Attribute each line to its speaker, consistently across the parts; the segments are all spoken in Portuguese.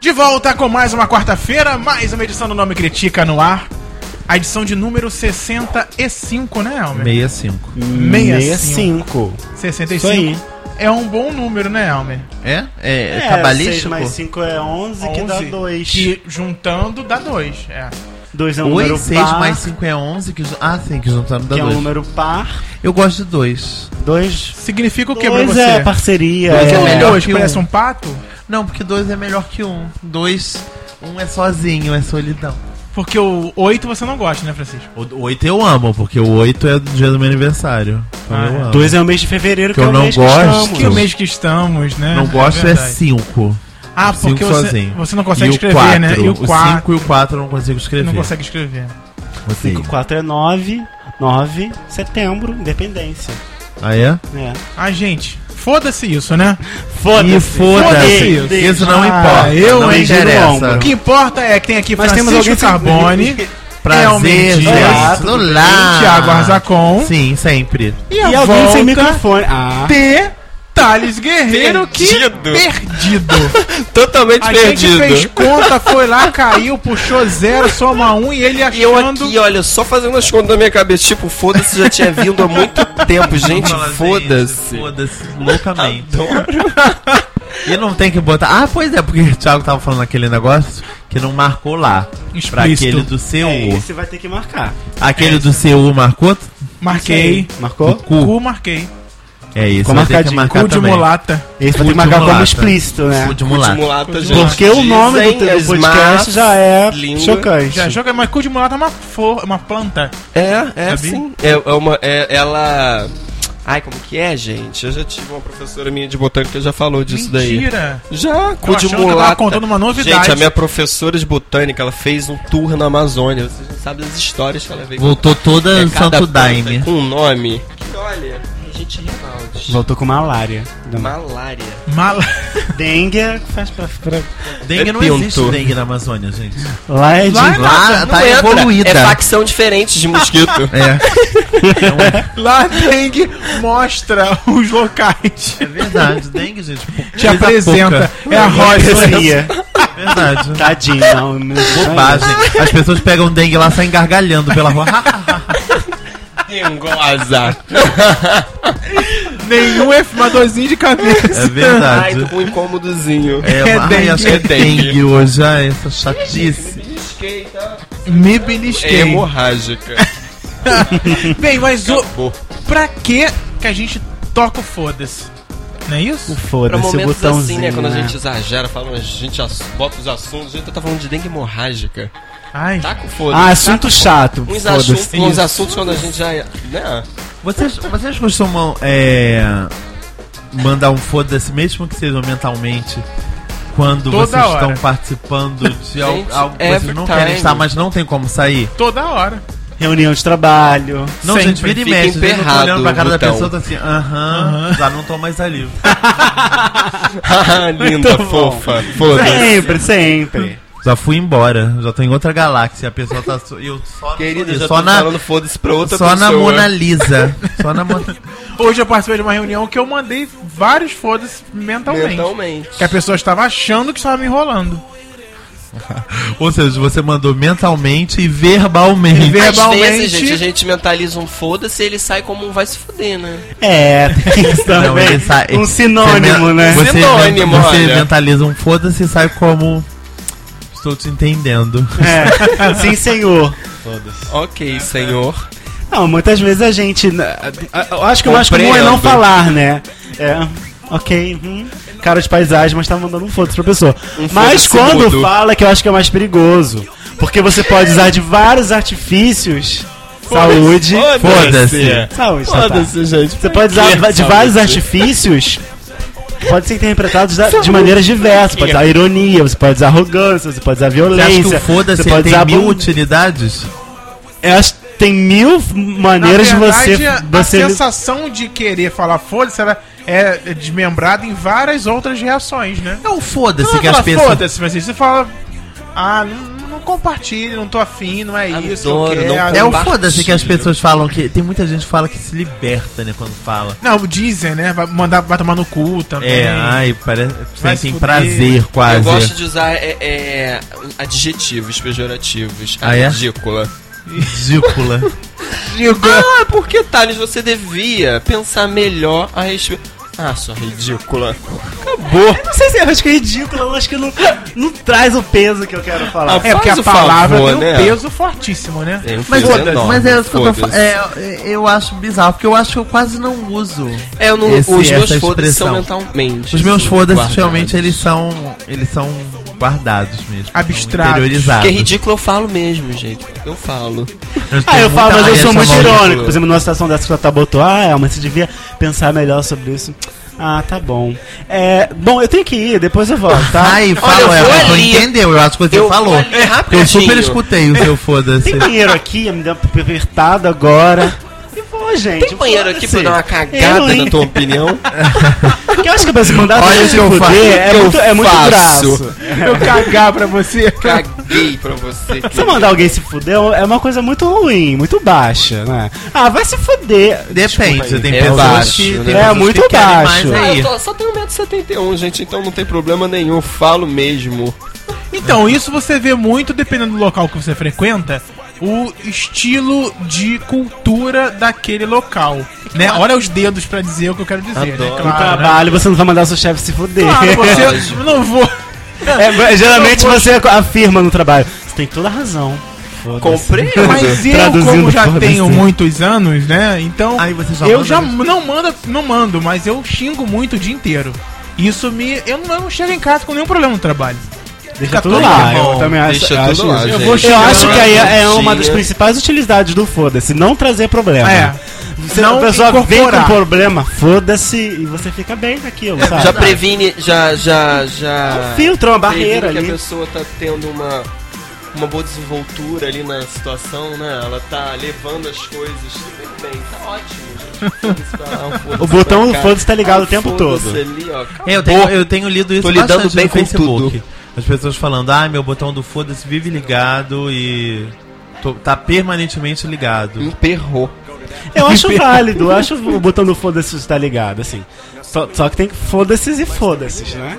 Speaker 1: de volta com mais uma quarta-feira, mais uma edição do Nome Critica no ar. A edição de número 65, né, Elmer?
Speaker 2: 65.
Speaker 3: 65.
Speaker 1: 65.
Speaker 3: Isso
Speaker 1: É um bom número, né, Elmer?
Speaker 2: É? É,
Speaker 3: É,
Speaker 2: cabalístico?
Speaker 3: 6 mais 5 é 11, que dá
Speaker 1: 11,
Speaker 3: 2.
Speaker 1: Que juntando dá 2. É.
Speaker 3: 2 é um
Speaker 2: Oi,
Speaker 3: número
Speaker 2: 6
Speaker 3: par,
Speaker 2: mais 5 é 11. Que... ju- Ah, sim, que juntando dá
Speaker 3: que é um
Speaker 2: 2.
Speaker 3: número par.
Speaker 2: Eu gosto de 2.
Speaker 3: 2
Speaker 1: Significa o que pra
Speaker 3: Dois
Speaker 1: você?
Speaker 3: é parceria.
Speaker 2: Dois
Speaker 1: Porque
Speaker 2: é
Speaker 1: o
Speaker 2: melhor
Speaker 1: dois
Speaker 2: que
Speaker 1: parece
Speaker 2: um.
Speaker 1: um pato?
Speaker 2: Não, porque 2 é melhor que 1. Um. 2, 1 um é sozinho, é solidão.
Speaker 1: Porque o 8 você não gosta, né, Francisco?
Speaker 2: O 8 eu amo, porque o 8 é o dia do meu aniversário. Então
Speaker 1: Ah,
Speaker 2: eu
Speaker 1: é.
Speaker 2: amo.
Speaker 3: 2 é o mês de fevereiro, que,
Speaker 2: Que
Speaker 3: é
Speaker 2: eu
Speaker 3: o
Speaker 2: não
Speaker 3: mês
Speaker 2: gosto.
Speaker 3: que
Speaker 1: Que o
Speaker 3: estamos.
Speaker 1: mês que estamos, né?
Speaker 2: Não gosto é
Speaker 1: verdade.
Speaker 2: 5.
Speaker 1: Ah,
Speaker 2: Cinco
Speaker 1: porque você,
Speaker 2: sozinho.
Speaker 1: você não consegue
Speaker 2: E o
Speaker 1: escrever,
Speaker 2: quatro.
Speaker 1: né? E o
Speaker 2: O é
Speaker 1: 4
Speaker 2: 5 e o 4 eu não consigo escrever. Assim.
Speaker 1: não consegue escrever.
Speaker 2: Consigo.
Speaker 3: 5, 4 é 9. 9, setembro, independência.
Speaker 2: Ah, é?
Speaker 3: É.
Speaker 1: Ah, gente, foda-se isso, né?
Speaker 2: E foda-se.
Speaker 1: Foda-se.
Speaker 2: Isso, não
Speaker 1: Ah,
Speaker 2: importa.
Speaker 1: eu,
Speaker 2: não
Speaker 1: hein,
Speaker 2: interessa.
Speaker 1: O que importa é que tem aqui
Speaker 3: Mas temos
Speaker 1: Francisco
Speaker 3: alguém
Speaker 1: Carbone,
Speaker 3: sem-
Speaker 2: Prazer,
Speaker 1: Elmer Dias,
Speaker 2: gente. no lar.
Speaker 1: Thiago Arzacon
Speaker 2: Sim, sempre.
Speaker 1: e
Speaker 3: E
Speaker 1: a
Speaker 3: alguém sem
Speaker 1: volta
Speaker 3: microfone. Ah,
Speaker 1: de Thales Guerreiro que
Speaker 4: Perdido.
Speaker 1: perdido.
Speaker 4: Totalmente
Speaker 1: A gente
Speaker 4: perdido.
Speaker 1: fez conta, foi lá, caiu, puxou zero, soma um e ele achando...
Speaker 4: E eu aqui, olha, só fazendo as contas na minha cabeça, tipo, foda-se, já tinha vindo há muito tempo, gente,
Speaker 2: Fala, gente,
Speaker 4: foda-se.
Speaker 2: Foda-se, loucamente. E não tem que botar. Ah, pois é, porque o Thiago tava falando aquele negócio que não marcou lá. Pra
Speaker 1: Explícito.
Speaker 2: aquele do CU.
Speaker 3: é, esse vai ter que marcar.
Speaker 4: É
Speaker 2: aquele do CU marcou?
Speaker 1: Marquei.
Speaker 3: Marcou?
Speaker 2: Cu.
Speaker 1: Cu, marquei.
Speaker 2: É isso,
Speaker 3: Ficou
Speaker 2: vai ter que
Speaker 3: marcadinho.
Speaker 2: marcar
Speaker 1: Cu de
Speaker 2: também.
Speaker 1: mulata.
Speaker 3: Esse vai
Speaker 2: Cu
Speaker 3: ter
Speaker 2: de
Speaker 3: que marcar como
Speaker 2: mulata.
Speaker 3: explícito, né?
Speaker 2: Cu de mulata.
Speaker 4: mulata,
Speaker 3: Porque o nome do teu
Speaker 4: Dizem
Speaker 3: podcast
Speaker 4: as
Speaker 3: já é
Speaker 4: más línguas.
Speaker 3: chocante.
Speaker 1: Já joga, mas cu de mulata é uma, flor, uma planta.
Speaker 4: É, é
Speaker 1: Sabia?
Speaker 4: sim. É, é uma. É, ela. Ai, como que é, gente? Eu já tive uma professora minha de botânica que já falou disso daí.
Speaker 1: Mentira.
Speaker 4: Já, cu de
Speaker 1: achando que eu tava
Speaker 4: mulata.
Speaker 1: contando uma novidade.
Speaker 4: Gente, a minha professora de botânica, ela fez um tour na Amazônia. Vocês não sabem das histórias que ela veio
Speaker 2: Voltou toda
Speaker 4: É
Speaker 2: no
Speaker 4: cada
Speaker 2: Santo
Speaker 4: planta
Speaker 2: Daime.
Speaker 4: Com um nome. Que olha, a gente rebalde.
Speaker 3: Voltou com malária.
Speaker 4: Malária.
Speaker 1: Mala...
Speaker 3: Dengue é que faz pra, pra-
Speaker 2: Dengue não
Speaker 4: É pinto. Ah,
Speaker 2: existe dengue na Amazônia, gente.
Speaker 3: Lá é de.
Speaker 1: Lá é
Speaker 3: Lá
Speaker 2: Lá tá
Speaker 4: entra.
Speaker 2: evoluída.
Speaker 4: É facção diferente de mosquito.
Speaker 2: É,
Speaker 1: Lá dengue mostra os locais.
Speaker 2: é verdade. Dengue, gente. pô,
Speaker 1: Te
Speaker 2: coisa
Speaker 1: apresenta. É a rocha.
Speaker 3: Seria.
Speaker 2: pouca. Verdade.
Speaker 3: Tadinho, não. não-
Speaker 2: Bobagem. As pessoas pegam dengue lá, saem gargalhando pela rua.
Speaker 4: Dengosa.
Speaker 1: Nenhum é fumadorzinho de cabeça.
Speaker 2: É
Speaker 4: Ai,
Speaker 2: verdade.
Speaker 4: tô com um incômodozinho.
Speaker 2: É,
Speaker 1: É
Speaker 2: ai,
Speaker 1: dengue.
Speaker 2: acho que é
Speaker 4: É dengue.
Speaker 2: dengue hoje, ai, essa chatice.
Speaker 1: Me
Speaker 4: É
Speaker 1: belisquei.
Speaker 4: hemorrágica.
Speaker 1: Bem, mas o...
Speaker 4: Acabou.
Speaker 1: pra que que a gente toca o foda-se? Não é isso?
Speaker 4: Pra
Speaker 3: Foda-se o
Speaker 4: momentos assim,
Speaker 3: botãozinho.
Speaker 4: né? Quando a
Speaker 3: né?
Speaker 4: gente exagera, fala, a gente ass- bota os assuntos. A gente tá falando de dengue hemorrágica.
Speaker 1: Ai,
Speaker 4: Tá com foda.
Speaker 3: Ah, assunto chato.
Speaker 4: Uns
Speaker 3: foda-se.
Speaker 4: assuntos, uns
Speaker 1: isso.
Speaker 4: assuntos quando a gente já. Né?
Speaker 2: Vocês, vocês costumam é, mandar um foda-se, mesmo que seja mentalmente, quando
Speaker 1: Toda
Speaker 2: vocês
Speaker 1: hora.
Speaker 2: estão participando de al-
Speaker 4: Gente,
Speaker 2: algo que
Speaker 4: every
Speaker 2: vocês não querem
Speaker 4: time.
Speaker 2: estar, mas não tem como sair?
Speaker 1: toda hora.
Speaker 3: Reunião de trabalho.
Speaker 2: Não,
Speaker 1: Sempre.
Speaker 2: gente, vira e
Speaker 4: Fica
Speaker 2: mexe. Vocês não tão olhando pra
Speaker 4: emperrado,
Speaker 2: cara da
Speaker 4: botão.
Speaker 2: pessoa, tá assim, aham, já não tô mais ali.
Speaker 4: Ah,
Speaker 3: Muito
Speaker 4: linda,
Speaker 3: bom. É.
Speaker 4: fofa. Foda-se.
Speaker 3: Sempre, sempre.
Speaker 2: Já fui embora, já tô em outra galáxia, a pessoa tá... so- Eu só,
Speaker 4: Querida,
Speaker 2: eu
Speaker 4: já
Speaker 2: só
Speaker 4: tô
Speaker 2: na...
Speaker 4: falando foda-se pra outra
Speaker 2: Só
Speaker 4: pessoa.
Speaker 2: na Mona Lisa. Só na Mona
Speaker 1: Hoje eu participei de uma reunião que eu mandei vários foda-se mentalmente.
Speaker 4: Mentalmente.
Speaker 1: Que a pessoa estava achando que estava me enrolando.
Speaker 2: Ou seja, você mandou mentalmente e verbalmente.
Speaker 1: E ver-
Speaker 4: Às
Speaker 1: Verbalmente-
Speaker 4: vezes, gente, a gente mentaliza um foda-se e ele sai como um vai se fuder, né?
Speaker 3: É, tem isso
Speaker 2: Não,
Speaker 3: também.
Speaker 2: ele sai-
Speaker 3: Um
Speaker 2: você
Speaker 3: sinônimo,
Speaker 2: men-
Speaker 3: né?
Speaker 2: Você,
Speaker 4: Sinônimo,
Speaker 2: men- você
Speaker 4: olha.
Speaker 2: mentaliza um foda-se e sai como. Estou te entendendo.
Speaker 3: É. Sim, senhor.
Speaker 4: Ok, senhor.
Speaker 3: Não, muitas vezes a gente. Eu acho que o mais comum é não
Speaker 4: Compreendo.
Speaker 3: falar, né? É. Ok, uhum. cara de paisagem, mas tá mandando um foda-se pra pessoa.
Speaker 4: Um
Speaker 3: mas
Speaker 4: foda-se
Speaker 2: assim
Speaker 3: quando
Speaker 4: mudo.
Speaker 3: fala, que eu acho que é mais perigoso. Porque você pode usar de vários artifícios. Saúde.
Speaker 2: Foda-se. Tá.
Speaker 3: Saúde, Tatá.
Speaker 4: Foda-se, gente.
Speaker 3: Você pode usar de vários artifícios. Pode ser interpretado da- de maneiras diversas. Pode usar ironia, você pode usar arrogância, você pode usar
Speaker 2: Você acha que
Speaker 3: violência.
Speaker 2: o foda-se
Speaker 3: você pode
Speaker 2: tem
Speaker 3: usar
Speaker 2: mil
Speaker 3: bun-
Speaker 2: utilidades?
Speaker 3: Eu acho que tem mil maneiras
Speaker 1: Na verdade, é
Speaker 3: de
Speaker 1: a
Speaker 3: você. você...
Speaker 1: sensação de querer falar foda-se ela é desmembrada em várias outras reações, né?
Speaker 2: É o foda-se
Speaker 1: Você
Speaker 2: que as pessoas.
Speaker 1: foda-se, mas aí você fala. Ah, não, não compartilhe, não tô afim, não é isso.
Speaker 4: Adoro,
Speaker 1: eu
Speaker 4: não
Speaker 1: quero.
Speaker 2: É o
Speaker 4: Compartilho.
Speaker 2: foda-se que as pessoas falam que. Tem muita gente que fala que se liberta, né? Quando fala.
Speaker 1: Não, dizem, né? Vai mandar, vai tomar no cu também.
Speaker 2: É, ai, parece.
Speaker 1: Vai se
Speaker 2: Sentem
Speaker 1: fuder.
Speaker 2: prazer quase.
Speaker 4: Eu gosto de usar é, é, adjetivos pejorativos.
Speaker 2: Ah, é?
Speaker 4: Ridícula.
Speaker 2: Ridícula.
Speaker 4: Ah, porque Thales, você devia pensar melhor a respeito. Ah, sua ridícula. Acabou.
Speaker 3: Não sei se eu acho que é ridículo, eu acho que não, não traz o peso que eu quero falar.
Speaker 4: Ah,
Speaker 1: É porque
Speaker 4: Faz
Speaker 1: a
Speaker 4: o
Speaker 1: palavra
Speaker 4: favor,
Speaker 1: tem um
Speaker 4: né?
Speaker 1: peso fortíssimo,
Speaker 3: É.
Speaker 1: né?
Speaker 4: Tem um
Speaker 2: Mas,
Speaker 4: peso
Speaker 2: foda-se,
Speaker 4: enorme,
Speaker 2: mas é isso que eu tô falando.
Speaker 4: foda-se.
Speaker 2: eu acho bizarro, porque eu acho que eu quase não uso.
Speaker 4: É, eu não,
Speaker 2: Esse-
Speaker 4: os meus
Speaker 2: essa
Speaker 4: foda-se são
Speaker 2: expressão.
Speaker 4: mentalmente.
Speaker 2: Os meus
Speaker 4: assim,
Speaker 2: foda-se
Speaker 4: guardados.
Speaker 2: realmente eles são. Eles são guardados mesmo. são
Speaker 1: Abstratos.
Speaker 2: Interiorizados.
Speaker 4: Porque é ridículo eu falo mesmo, gente. Eu falo.
Speaker 2: Eu
Speaker 3: Ah,
Speaker 2: tenho
Speaker 3: eu falo,
Speaker 2: muita
Speaker 3: mas eu
Speaker 2: mania
Speaker 3: sou
Speaker 2: de
Speaker 3: muito
Speaker 2: chamar o-
Speaker 3: irônico. Por exemplo, numa situação dessa que a Tata botou, ah, Elma, você devia pensar melhor sobre isso. Ah, tá bom. É, bom, eu tenho que ir, depois eu volto, tá?
Speaker 2: Ai,
Speaker 4: eu
Speaker 2: falou,
Speaker 4: vou
Speaker 2: ela tu
Speaker 4: ali.
Speaker 2: entendeu, eu acho que você
Speaker 4: Eu vou
Speaker 2: falou.
Speaker 4: ali
Speaker 2: Eu
Speaker 4: rapidinho.
Speaker 2: super escutei o seu foda-se.
Speaker 3: Tem banheiro aqui, me deu uma apertada agora. E vou, gente.
Speaker 4: Tem banheiro aqui pra
Speaker 3: foda-se.
Speaker 4: eu dar uma
Speaker 3: Eu,
Speaker 4: cagada
Speaker 3: hein?
Speaker 4: na tua opinião?
Speaker 3: Porque eu acho que a pessoa mandar
Speaker 2: Olha
Speaker 3: todo
Speaker 2: o
Speaker 3: mundo
Speaker 2: que eu
Speaker 3: se
Speaker 2: faço,
Speaker 3: fuder é
Speaker 4: eu
Speaker 3: muito, é muito
Speaker 4: faço.
Speaker 3: braço.
Speaker 1: Eu cagar pra você.
Speaker 4: Caguei pra você.
Speaker 3: Se eu mandar alguém se fuder é uma coisa muito ruim, muito baixa, né? Ah, vai se fuder.
Speaker 2: Depende, tem
Speaker 4: É
Speaker 2: pessoas
Speaker 4: baixo,
Speaker 2: que.
Speaker 4: né?
Speaker 2: tem
Speaker 4: É
Speaker 2: pessoas
Speaker 3: muito
Speaker 2: que querem
Speaker 3: baixo.
Speaker 2: mais
Speaker 4: Ah,
Speaker 2: aí.
Speaker 4: eu tô- só tenho 1,71m, gente, então não tem problema nenhum. Falo mesmo.
Speaker 1: Então, isso você vê muito, dependendo do local que você frequenta, o estilo de cultura daquele local. Né? Olha os dedos pra dizer o que eu quero dizer. Né?
Speaker 4: Adoro.
Speaker 3: No
Speaker 1: Claro, né?
Speaker 3: trabalho, você não vai mandar seu chefe se fuder.
Speaker 1: Claro, você eu não vou.
Speaker 3: É, geralmente
Speaker 1: Eu vou-
Speaker 3: você afirma no trabalho. Você tem toda a razão.
Speaker 4: Comprei.
Speaker 1: Mas eu,
Speaker 3: Traduzindo
Speaker 1: como já
Speaker 3: foda-se.
Speaker 1: tenho muitos anos, né? Então,
Speaker 2: Aí você já
Speaker 1: eu
Speaker 2: manda
Speaker 1: já
Speaker 2: no-
Speaker 1: não mando, não mando, mas eu xingo muito o dia inteiro. Isso me. Eu não, eu não chego em casa com nenhum problema no trabalho.
Speaker 3: Deixa tudo
Speaker 1: tudo
Speaker 3: lá.
Speaker 1: lá,
Speaker 3: Eu
Speaker 1: irmão.
Speaker 3: também acho,
Speaker 4: Deixa tudo
Speaker 3: acho
Speaker 4: lá,
Speaker 3: isso.
Speaker 4: gente.
Speaker 3: Eu,
Speaker 1: vou
Speaker 3: eu
Speaker 1: xingar
Speaker 3: acho que aí é
Speaker 4: Xinga.
Speaker 3: uma das principais utilidades do foda-se, não trazer problema.
Speaker 1: É.
Speaker 3: Se
Speaker 1: Não
Speaker 3: a pessoa vem com
Speaker 1: incorporar.
Speaker 3: problema, foda-se e você fica bem naquilo, sabe?
Speaker 4: É, Já previne, já, já, já.
Speaker 3: Um filtro, uma barreira
Speaker 4: previne que
Speaker 3: ali.
Speaker 4: a pessoa tá tendo uma, uma boa desenvoltura ali na situação, né? Ela tá levando as coisas super bem, tá ótimo, gente. Foda-se pra lá, foda-se
Speaker 3: O botão
Speaker 4: pra cá.
Speaker 3: foda-se tá ligado
Speaker 4: Ah,
Speaker 3: o tempo
Speaker 4: foda-se
Speaker 3: todo.
Speaker 4: ali, ó.
Speaker 2: É, eu tenho, eu tenho lido isso
Speaker 4: Tô lidando
Speaker 2: bastante
Speaker 4: bem
Speaker 2: no
Speaker 4: com
Speaker 2: Facebook.
Speaker 4: tudo.
Speaker 2: As pessoas falando, ah, meu botão do foda-se vive ligado e. tô- tá permanentemente ligado.
Speaker 4: Emperrou.
Speaker 3: Eu acho válido, eu acho o botão do foda-se está ligado, assim. Só, só que tem que foda-se e foda-se, né?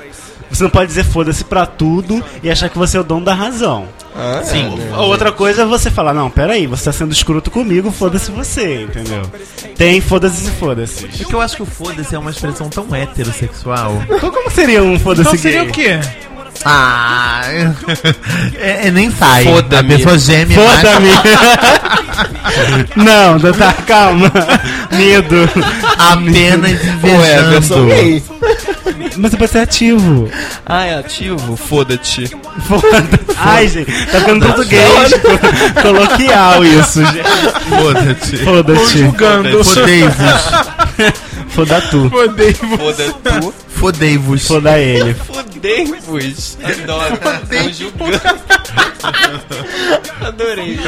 Speaker 3: Você não pode dizer foda-se pra tudo e achar que você é o dono da razão.
Speaker 4: Ah,
Speaker 2: Sim.
Speaker 4: é, né?
Speaker 3: Ou Outra coisa é você falar, não, peraí, você tá sendo escroto comigo, foda-se você, entendeu? Tem foda-se e foda-se.
Speaker 2: Porque eu acho que o foda-se é uma expressão tão heterossexual.
Speaker 3: Então como seria um foda-se
Speaker 1: Então
Speaker 3: gay?
Speaker 1: seria o quê?
Speaker 2: Ah, é, é, nem sai.
Speaker 4: Foda-me.
Speaker 2: A pessoa geme mais.
Speaker 3: Foda-me! não, tá, calma. Medo.
Speaker 2: apenas
Speaker 4: Ué, a versão
Speaker 2: invejando.
Speaker 4: é, gay.
Speaker 3: Mas você é ativo.
Speaker 4: Ah, é ativo? Foda-te.
Speaker 3: Foda-se. Ai, gente, tá ficando tudo gay, tipo, coloquial isso, gente.
Speaker 2: Foda-te.
Speaker 3: Foda-se.
Speaker 1: Julgando.
Speaker 2: Fodei-vos.
Speaker 3: Foda tu.
Speaker 1: Fodei.
Speaker 4: Foda-tu.
Speaker 2: Fodei-vos.
Speaker 3: Foda ele.
Speaker 4: Fudei-vos. Adoro. Tô julgando. Adorei.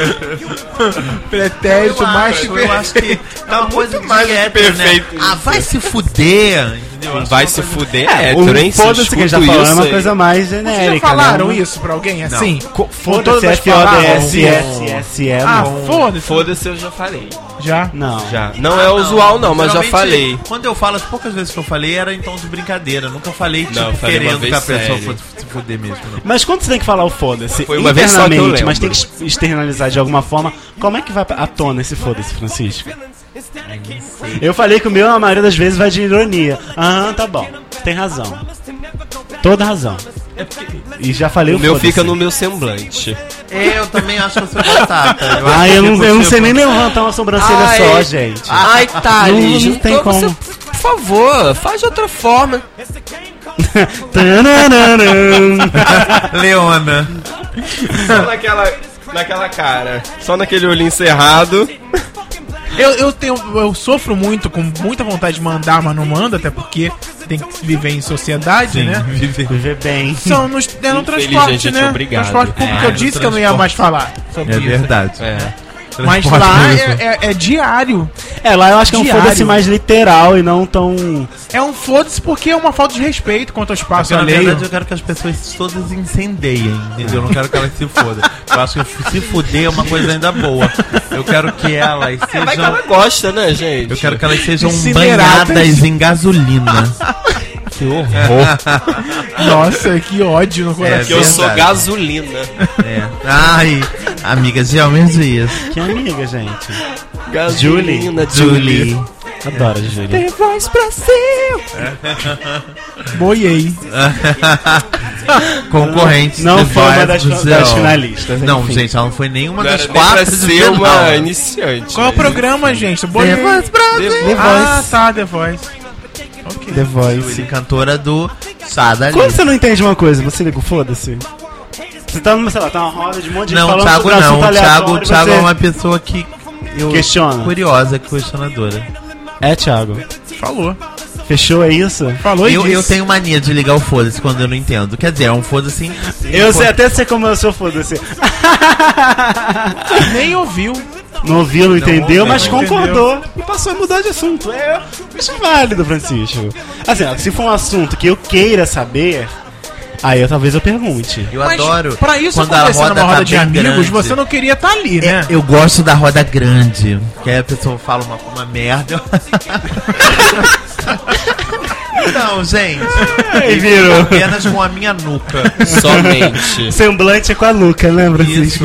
Speaker 1: Pretérito mais que
Speaker 2: eu acho que tá uma coisa
Speaker 4: mais
Speaker 2: de hétero, né?
Speaker 4: perfeito.
Speaker 2: Ah, vai se fuder. entendeu? Eu acho
Speaker 4: Vai
Speaker 2: que
Speaker 4: se fuder,
Speaker 3: É,
Speaker 4: é,
Speaker 3: o
Speaker 4: hétero, hein? Se
Speaker 3: foda-se que a gente tá falando
Speaker 4: escuto
Speaker 3: é
Speaker 4: isso
Speaker 3: uma
Speaker 4: aí.
Speaker 3: coisa mais
Speaker 1: Vocês
Speaker 3: genérica.
Speaker 1: já falaram
Speaker 3: né?
Speaker 1: isso pra alguém assim? Com todas
Speaker 3: Foda-se, é
Speaker 1: as palavras?
Speaker 3: F-O-D-S, S-S-E,
Speaker 2: É
Speaker 1: Ah,
Speaker 3: não.
Speaker 1: foda-se.
Speaker 4: Foda-se, eu já falei.
Speaker 1: Já.
Speaker 3: Não.
Speaker 4: Já. Não é usual, não, mas já
Speaker 2: Ah, Geralmente,
Speaker 4: falei.
Speaker 2: Quando eu falo, as poucas vezes que eu falei era em tom de brincadeira. Nunca falei, tipo,
Speaker 4: Não, eu falei uma
Speaker 2: querendo
Speaker 4: vez
Speaker 2: que a pessoa
Speaker 4: sério.
Speaker 2: fosse se fuder mesmo. Não.
Speaker 3: Mas quando você tem que falar o foda-se
Speaker 4: Foi uma vez só que eu
Speaker 3: internamente,
Speaker 4: lembro.
Speaker 3: mas tem que ex- externalizar de alguma forma, como é que vai à tona esse foda-se, Francisco? Eu falei que o meu, a maioria das vezes, vai de ironia. Ah, tá bom. Tem razão. Toda razão. E já falei o,
Speaker 4: O meu
Speaker 3: foda-se.
Speaker 4: fica no meu semblante.
Speaker 2: É, eu também acho que eu sou batata. Eu
Speaker 3: Ah,
Speaker 2: acho
Speaker 3: eu
Speaker 2: que
Speaker 3: não, eu não
Speaker 2: consigo-
Speaker 3: sei nem levantar uma sobrancelha
Speaker 4: Ai.
Speaker 3: só, gente.
Speaker 4: Ai,
Speaker 3: Thales, não tem
Speaker 4: então
Speaker 3: como.
Speaker 4: você, por favor, faz de outra forma.
Speaker 3: Tananana.
Speaker 2: Leona.
Speaker 4: Só naquela, naquela cara. Só naquele olho encerrado.
Speaker 1: Eu, eu, tenho, eu sofro muito, com muita vontade de mandar, mas não manda, até porque tem que viver em sociedade,
Speaker 2: Sim,
Speaker 1: né?
Speaker 2: vive.
Speaker 3: Viver bem.
Speaker 1: São nos, é no
Speaker 4: Infelizmente,
Speaker 1: transporte,
Speaker 4: gente,
Speaker 1: né?
Speaker 4: obrigado.
Speaker 1: Transporte público,
Speaker 2: É,
Speaker 1: eu
Speaker 2: no
Speaker 1: disse que eu não ia mais falar sobre
Speaker 2: É
Speaker 1: isso.
Speaker 2: verdade.
Speaker 4: É.
Speaker 1: Mas
Speaker 2: Transporte
Speaker 1: lá
Speaker 2: público.
Speaker 1: é, é- é diário.
Speaker 3: É, lá eu acho que é um
Speaker 1: Diário.
Speaker 3: foda-se mais literal e não tão.
Speaker 1: É um foda-se porque é uma falta de respeito quanto ao espaço
Speaker 2: Porque, na
Speaker 1: alheio.
Speaker 2: verdade, eu quero que as pessoas todas incendeiem, entendeu? Eu não quero que elas se fodam. Eu acho que se foder é uma coisa ainda boa. Eu quero que elas
Speaker 4: É, Vai que ela
Speaker 2: sejam.
Speaker 4: gosta, né, gente?
Speaker 2: Eu quero que elas sejam
Speaker 1: Incineradas.
Speaker 2: banhadas em gasolina.
Speaker 3: Que horror.
Speaker 1: Nossa, que ódio
Speaker 2: É,
Speaker 1: no
Speaker 4: que
Speaker 1: coração.
Speaker 4: eu sou
Speaker 2: Verdade.
Speaker 4: gasolina.
Speaker 2: É. Ai, amiga, geralmente isso.
Speaker 3: que amiga, gente.
Speaker 4: Gasolina, Julie.
Speaker 2: Julie.
Speaker 3: Adoro, Júlia.
Speaker 1: voz pra seu. Boiei.
Speaker 2: Concorrente.
Speaker 3: Não
Speaker 2: The
Speaker 3: foi
Speaker 2: Voice
Speaker 3: uma das-
Speaker 2: do
Speaker 3: das
Speaker 2: Zéu.
Speaker 3: finalistas,
Speaker 2: Não,
Speaker 3: enfim.
Speaker 2: gente, ela não foi nenhuma
Speaker 4: Não
Speaker 2: das
Speaker 4: era nem pra
Speaker 2: quatro.
Speaker 4: ser
Speaker 2: de
Speaker 4: uma
Speaker 2: Bienal.
Speaker 4: iniciante.
Speaker 1: Qual é o
Speaker 4: né?
Speaker 1: programa, gente? Boiei.
Speaker 2: The Voice Brasil.
Speaker 4: The-
Speaker 1: Ah, tá, The Voice.
Speaker 3: The Voice.
Speaker 2: Julie, cantora do Sada
Speaker 3: Quando
Speaker 2: Lee.
Speaker 3: você não entende uma coisa, você liga, o foda-se. Você tá numa, sei lá, tá numa roda de um monte de gente
Speaker 2: Não,
Speaker 3: falando
Speaker 2: Thiago
Speaker 3: sobre um
Speaker 2: não.
Speaker 3: assunto aleatório
Speaker 2: Thiago,
Speaker 3: e
Speaker 2: Thiago
Speaker 3: você-
Speaker 2: é uma pessoa que. Eu
Speaker 3: Questiona.
Speaker 2: Curiosa, questionadora.
Speaker 3: É, Thiago.
Speaker 1: Falou.
Speaker 3: Fechou, é isso?
Speaker 1: Falou e
Speaker 2: Eu,
Speaker 1: disse.
Speaker 2: eu tenho mania de ligar o foda-se quando eu não entendo. Quer dizer, é um foda-se.
Speaker 3: Eu sei, até sei como eu sou foda-se.
Speaker 1: Nem ouviu.
Speaker 3: Não ouviu, não entendeu,
Speaker 2: não
Speaker 3: mas
Speaker 1: entendeu.
Speaker 3: concordou e passou a mudar de assunto. É, isso é válido, Francisco. Assim, ó, se for um assunto que eu queira saber, aí eu, talvez eu pergunte.
Speaker 2: Eu adoro.
Speaker 1: Pra isso
Speaker 2: quando a
Speaker 1: acontecer
Speaker 2: roda,
Speaker 1: numa roda
Speaker 2: tá
Speaker 1: de
Speaker 2: bem
Speaker 1: amigos,
Speaker 2: grande.
Speaker 1: você não queria estar ali,
Speaker 2: É,
Speaker 1: né?
Speaker 2: eu gosto da roda grande. Que aí a pessoa fala uma, uma merda. não, gente.
Speaker 3: Aí virou.
Speaker 2: Apenas com a minha nuca.
Speaker 4: Somente.
Speaker 3: Semblante é com a Luca, né, Francisco?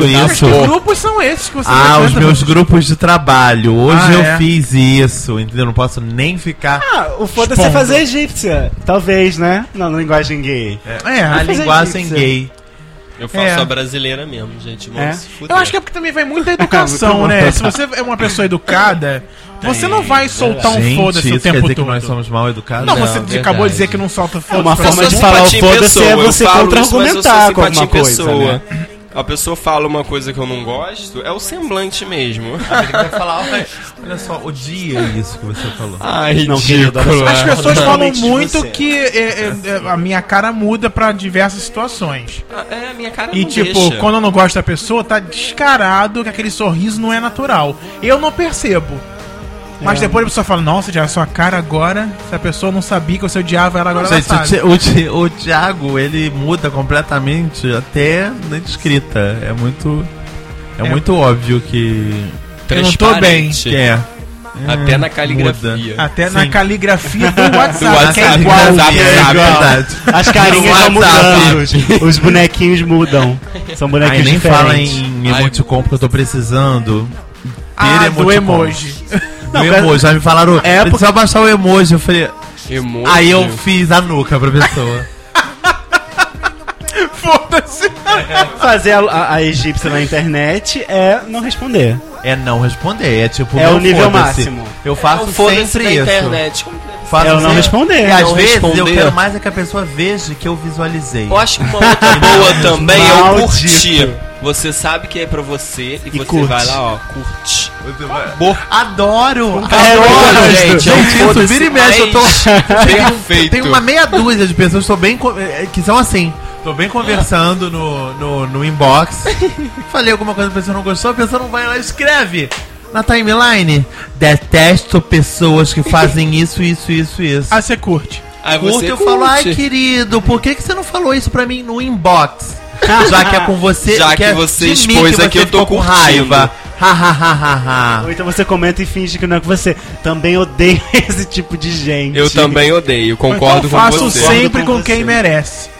Speaker 2: Isso,
Speaker 1: Mas que grupos são esses que você
Speaker 2: Ah, os
Speaker 1: frequenta,
Speaker 2: meus grupos de trabalho. Hoje
Speaker 1: Ah,
Speaker 2: eu
Speaker 1: é?
Speaker 2: fiz isso, entendeu? Não posso nem ficar.
Speaker 3: Ah, o foda-se é
Speaker 2: Expondo.
Speaker 3: fazer egípcia. Talvez, né? Na linguagem gay.
Speaker 1: É,
Speaker 2: a
Speaker 3: mas é
Speaker 2: linguagem
Speaker 3: isso.
Speaker 2: gay.
Speaker 4: Eu faço
Speaker 1: É.
Speaker 4: a brasileira mesmo, gente. Vamos
Speaker 3: É.
Speaker 4: se fuder.
Speaker 1: Eu acho que é porque também vai muito da educação,
Speaker 3: Muito
Speaker 1: né?
Speaker 3: bom.
Speaker 1: Se você é uma pessoa educada, você não vai soltar um
Speaker 2: Gente,
Speaker 1: foda-se o
Speaker 2: isso quer
Speaker 1: tempo
Speaker 2: dizer
Speaker 1: todo.
Speaker 2: que nós somos mal educados?
Speaker 1: Não,
Speaker 4: Não,
Speaker 1: você
Speaker 4: verdade.
Speaker 1: acabou de dizer que não solta
Speaker 3: É uma
Speaker 1: foda-se.
Speaker 3: forma de
Speaker 4: sou
Speaker 3: falar o
Speaker 4: simpatia em
Speaker 3: foda-se é
Speaker 4: pessoa, eu
Speaker 3: você
Speaker 4: falo isso, mas eu
Speaker 3: contra-argumentar
Speaker 4: sou
Speaker 3: com alguma
Speaker 4: simpatia em
Speaker 3: coisa,
Speaker 4: pessoa.
Speaker 3: né?
Speaker 4: A pessoa fala uma coisa que eu não gosto, é o semblante mesmo.
Speaker 2: Ele vai falar, olha, olha só, odia isso que você falou.
Speaker 4: Ai,
Speaker 3: Não, querido, olha só.
Speaker 2: é.
Speaker 1: As pessoas
Speaker 3: Não.
Speaker 1: falam
Speaker 3: Realmente
Speaker 1: muito
Speaker 3: você.
Speaker 1: que é, é, é, a minha cara muda pra diversas situações.
Speaker 4: É, a minha cara
Speaker 1: E
Speaker 4: não
Speaker 1: tipo,
Speaker 4: deixa.
Speaker 1: quando eu não gosto da pessoa, tá descarado que aquele sorriso não é natural. Eu não percebo. Mas depois a pessoa fala, nossa, Diabo, sua cara agora, se a pessoa não sabia que você odiava ela agora, ela
Speaker 2: Gente, o
Speaker 1: sabe.
Speaker 2: Ti- o, Ti- o Thiago, ele muda completamente até na escrita. É muito. É,
Speaker 1: É.
Speaker 2: muito óbvio que.
Speaker 1: eu não tô bem.
Speaker 4: Transparente.
Speaker 2: que é.
Speaker 4: Até na caligrafia.
Speaker 2: muda.
Speaker 1: Até na
Speaker 2: Sim.
Speaker 1: caligrafia do WhatsApp, que é
Speaker 2: WhatsApp,
Speaker 1: igual.
Speaker 2: né?
Speaker 4: Zap,
Speaker 2: É
Speaker 4: zap.
Speaker 2: igual. verdade.
Speaker 3: As carinhas vão
Speaker 2: No
Speaker 3: mudando, os, os bonequinhos mudam. São bonequinhos
Speaker 2: Aí nem fala
Speaker 3: diferentes.
Speaker 2: em emoticon porque eu tô precisando. ter
Speaker 1: Ah, do
Speaker 2: emoticon.
Speaker 1: emoji.
Speaker 2: Do
Speaker 3: Não,
Speaker 2: emoji. Já me falaram,
Speaker 3: É,
Speaker 2: é precisa baixar o emoji. Eu falei,
Speaker 4: Emoji.
Speaker 2: aí eu fiz a nuca pra pessoa.
Speaker 1: Foda-se.
Speaker 3: Fazer a, a- a egípcia na internet é não responder.
Speaker 2: É não responder, é tipo.
Speaker 3: É o
Speaker 2: não,
Speaker 3: nível
Speaker 2: foda-se.
Speaker 3: máximo.
Speaker 2: Eu
Speaker 4: É
Speaker 2: faço
Speaker 4: o foda-se
Speaker 2: sempre
Speaker 4: da
Speaker 2: isso.
Speaker 4: internet. Um
Speaker 2: Faço
Speaker 3: É o não
Speaker 2: sempre-
Speaker 3: responder.
Speaker 2: E às
Speaker 4: Não
Speaker 2: vezes eu
Speaker 4: responder.
Speaker 2: quero mais é que a pessoa veja que eu visualizei.
Speaker 4: Eu acho que uma outra boa também é o
Speaker 3: Maldito.
Speaker 4: curtir. Você sabe que é pra você e, você
Speaker 3: curte.
Speaker 4: vai lá, ó, curte.
Speaker 2: Adoro!
Speaker 3: adoro,
Speaker 2: Adoro, gente!
Speaker 3: gente.
Speaker 4: É um
Speaker 2: Gente, isso
Speaker 4: foda-se
Speaker 2: vira e mexe, eu tô.
Speaker 4: Perfeito.
Speaker 2: Tem uma meia dúzia de pessoas que tô bem co- eh, que são assim. Tô bem conversando no, no, no inbox. Falei alguma coisa que a pessoa não gostou, a pessoa não vai lá e escreve. Na timeline, detesto pessoas que fazem isso, isso, isso, isso.
Speaker 1: Ah, você curte.
Speaker 4: Aí
Speaker 2: curto,
Speaker 4: você
Speaker 2: eu falo, ai
Speaker 4: curte.
Speaker 2: querido, por que, que você não falou isso pra mim no inbox? Já que é com você,
Speaker 4: Já que
Speaker 2: é
Speaker 4: você
Speaker 2: de mim
Speaker 4: expôs
Speaker 2: que
Speaker 4: aqui,
Speaker 2: você
Speaker 4: eu tô
Speaker 2: ficou com
Speaker 4: curtindo.
Speaker 2: raiva. Ha, ha, ha, ha,
Speaker 3: Ou
Speaker 2: ha.
Speaker 3: então você comenta e finge que não é com você. Também odeio esse tipo de gente.
Speaker 4: Eu também odeio, concordo
Speaker 1: então, faço
Speaker 4: com você.
Speaker 3: sem-
Speaker 1: sempre com,
Speaker 3: Concordo com
Speaker 1: quem
Speaker 3: você.
Speaker 1: merece.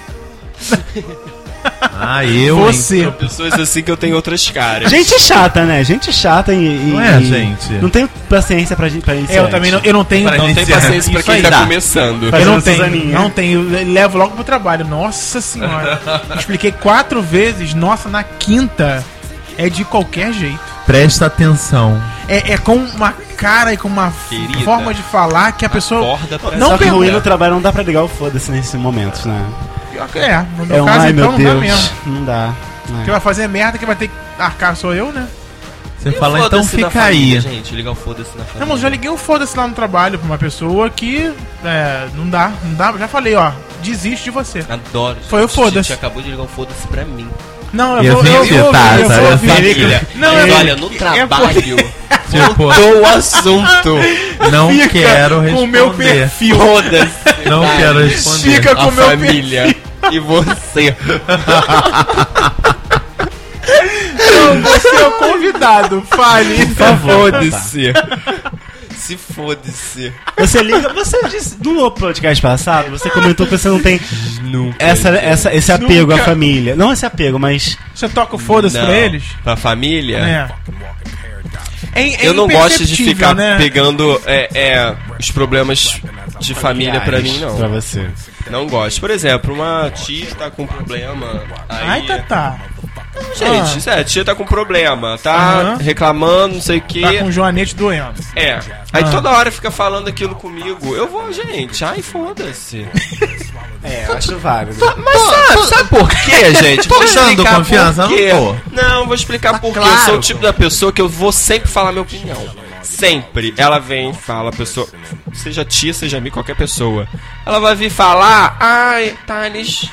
Speaker 2: Ah, eu. hein?
Speaker 1: Você.
Speaker 4: São pessoas assim que eu tenho outras caras.
Speaker 3: Gente chata, né? Gente chata e. e-
Speaker 2: Não é,
Speaker 3: e-
Speaker 2: gente?
Speaker 3: Não tenho paciência pra gente. Pra
Speaker 1: É, eu também não, eu não tenho.
Speaker 2: Pra
Speaker 4: não tem
Speaker 2: iniciar.
Speaker 4: paciência pra
Speaker 2: Isso
Speaker 4: quem
Speaker 2: aí
Speaker 4: tá
Speaker 2: dá.
Speaker 4: começando.
Speaker 3: Faz-
Speaker 1: Eu não
Speaker 3: Fazendo
Speaker 1: tenho,
Speaker 3: Suzaninha.
Speaker 1: não tenho, eu levo logo pro trabalho. Nossa senhora. Expliquei quatro vezes, nossa, na quinta é de qualquer jeito.
Speaker 2: Presta atenção.
Speaker 1: É, é com uma cara e com uma
Speaker 4: Querida,
Speaker 1: forma de falar que a pessoa.
Speaker 4: Acorda pra
Speaker 1: Não
Speaker 3: Só que
Speaker 1: pergunta.
Speaker 3: ruim no trabalho não dá pra ligar o foda-se nesses momentos, né?
Speaker 1: É, no meu
Speaker 3: é um,
Speaker 1: caso,
Speaker 3: ai
Speaker 1: então não
Speaker 3: meu
Speaker 1: dá
Speaker 3: Deus.
Speaker 1: mesmo.
Speaker 3: Não dá.
Speaker 1: Quem vai fazer merda, que vai ter que arcar sou eu, né?
Speaker 4: Tá
Speaker 2: Você
Speaker 4: E o
Speaker 2: fala, então
Speaker 4: foda-se da
Speaker 2: fica
Speaker 4: família,
Speaker 2: aí.
Speaker 4: Gente, ligar o foda-se na família.
Speaker 1: Não, mas eu já liguei o foda-se lá no trabalho pra uma pessoa que. É, não dá, não dá. Já falei, ó, desisto de você.
Speaker 4: Adoro.
Speaker 1: Foi o
Speaker 4: gente.
Speaker 1: foda-se.
Speaker 4: Gente, acabou de ligar o um foda-se pra mim.
Speaker 1: Não,
Speaker 2: E
Speaker 1: eu vou,
Speaker 2: assim,
Speaker 1: eu, eu,
Speaker 2: tá,
Speaker 1: eu, eu,
Speaker 2: sabe,
Speaker 1: vou
Speaker 2: assim,
Speaker 1: ouvir. Não,
Speaker 4: Mas
Speaker 1: eu-
Speaker 4: é olha, no trabalho.
Speaker 2: Tipo,
Speaker 4: Voltou o assunto.
Speaker 2: não quero responder.
Speaker 1: com o meu perfil.
Speaker 4: Foda-se.
Speaker 2: Não
Speaker 4: Vai.
Speaker 2: quero responder.
Speaker 1: Fica com
Speaker 4: a
Speaker 1: o meu
Speaker 4: família. E você?
Speaker 1: perfil, você é o convidado, fale.
Speaker 3: Por favor.
Speaker 4: Foda-se. Tá. Se foda-se.
Speaker 3: Você liga, você disse no podcast passado, você
Speaker 4: Ah,
Speaker 3: comentou que você não tem essa, essa, esse apego à família. Não esse apego, mas.
Speaker 1: Você toca o foda-se
Speaker 4: Não.
Speaker 1: pra eles?
Speaker 4: Pra família?
Speaker 1: É in- é
Speaker 4: Eu não gosto de
Speaker 1: imperceptível,
Speaker 4: ficar
Speaker 1: né?
Speaker 4: pegando é, é, os problemas de família pra mim,
Speaker 3: Pra
Speaker 4: não.
Speaker 3: você.
Speaker 4: Não gosto. Por exemplo, uma tia tá com problema.
Speaker 1: Ai,
Speaker 4: Aí,
Speaker 1: tá, tá.
Speaker 4: gente, isso é, a tia tá com problema. Tá
Speaker 1: Aham.
Speaker 4: reclamando, não sei o quê.
Speaker 1: Tá com o joanete doendo.
Speaker 4: É. Aí
Speaker 1: Ah.
Speaker 4: toda hora fica falando aquilo comigo. Eu vou, gente. Ai, foda-se.
Speaker 3: É, acho válido.
Speaker 4: Mas sabe, sabe por quê, gente?
Speaker 2: Tô
Speaker 4: Vou
Speaker 2: dando
Speaker 4: explicar
Speaker 2: confiança,
Speaker 4: por
Speaker 2: não
Speaker 4: quê.
Speaker 2: tô.
Speaker 4: Não, vou explicar por quê. Eu
Speaker 2: claro,
Speaker 4: sou o tipo da pessoa que eu vou sempre falar minha opinião. Sempre. Ela vem e fala, a pessoa, seja tia, seja amigo, qualquer pessoa. Ela vai vir falar, ai, Thales.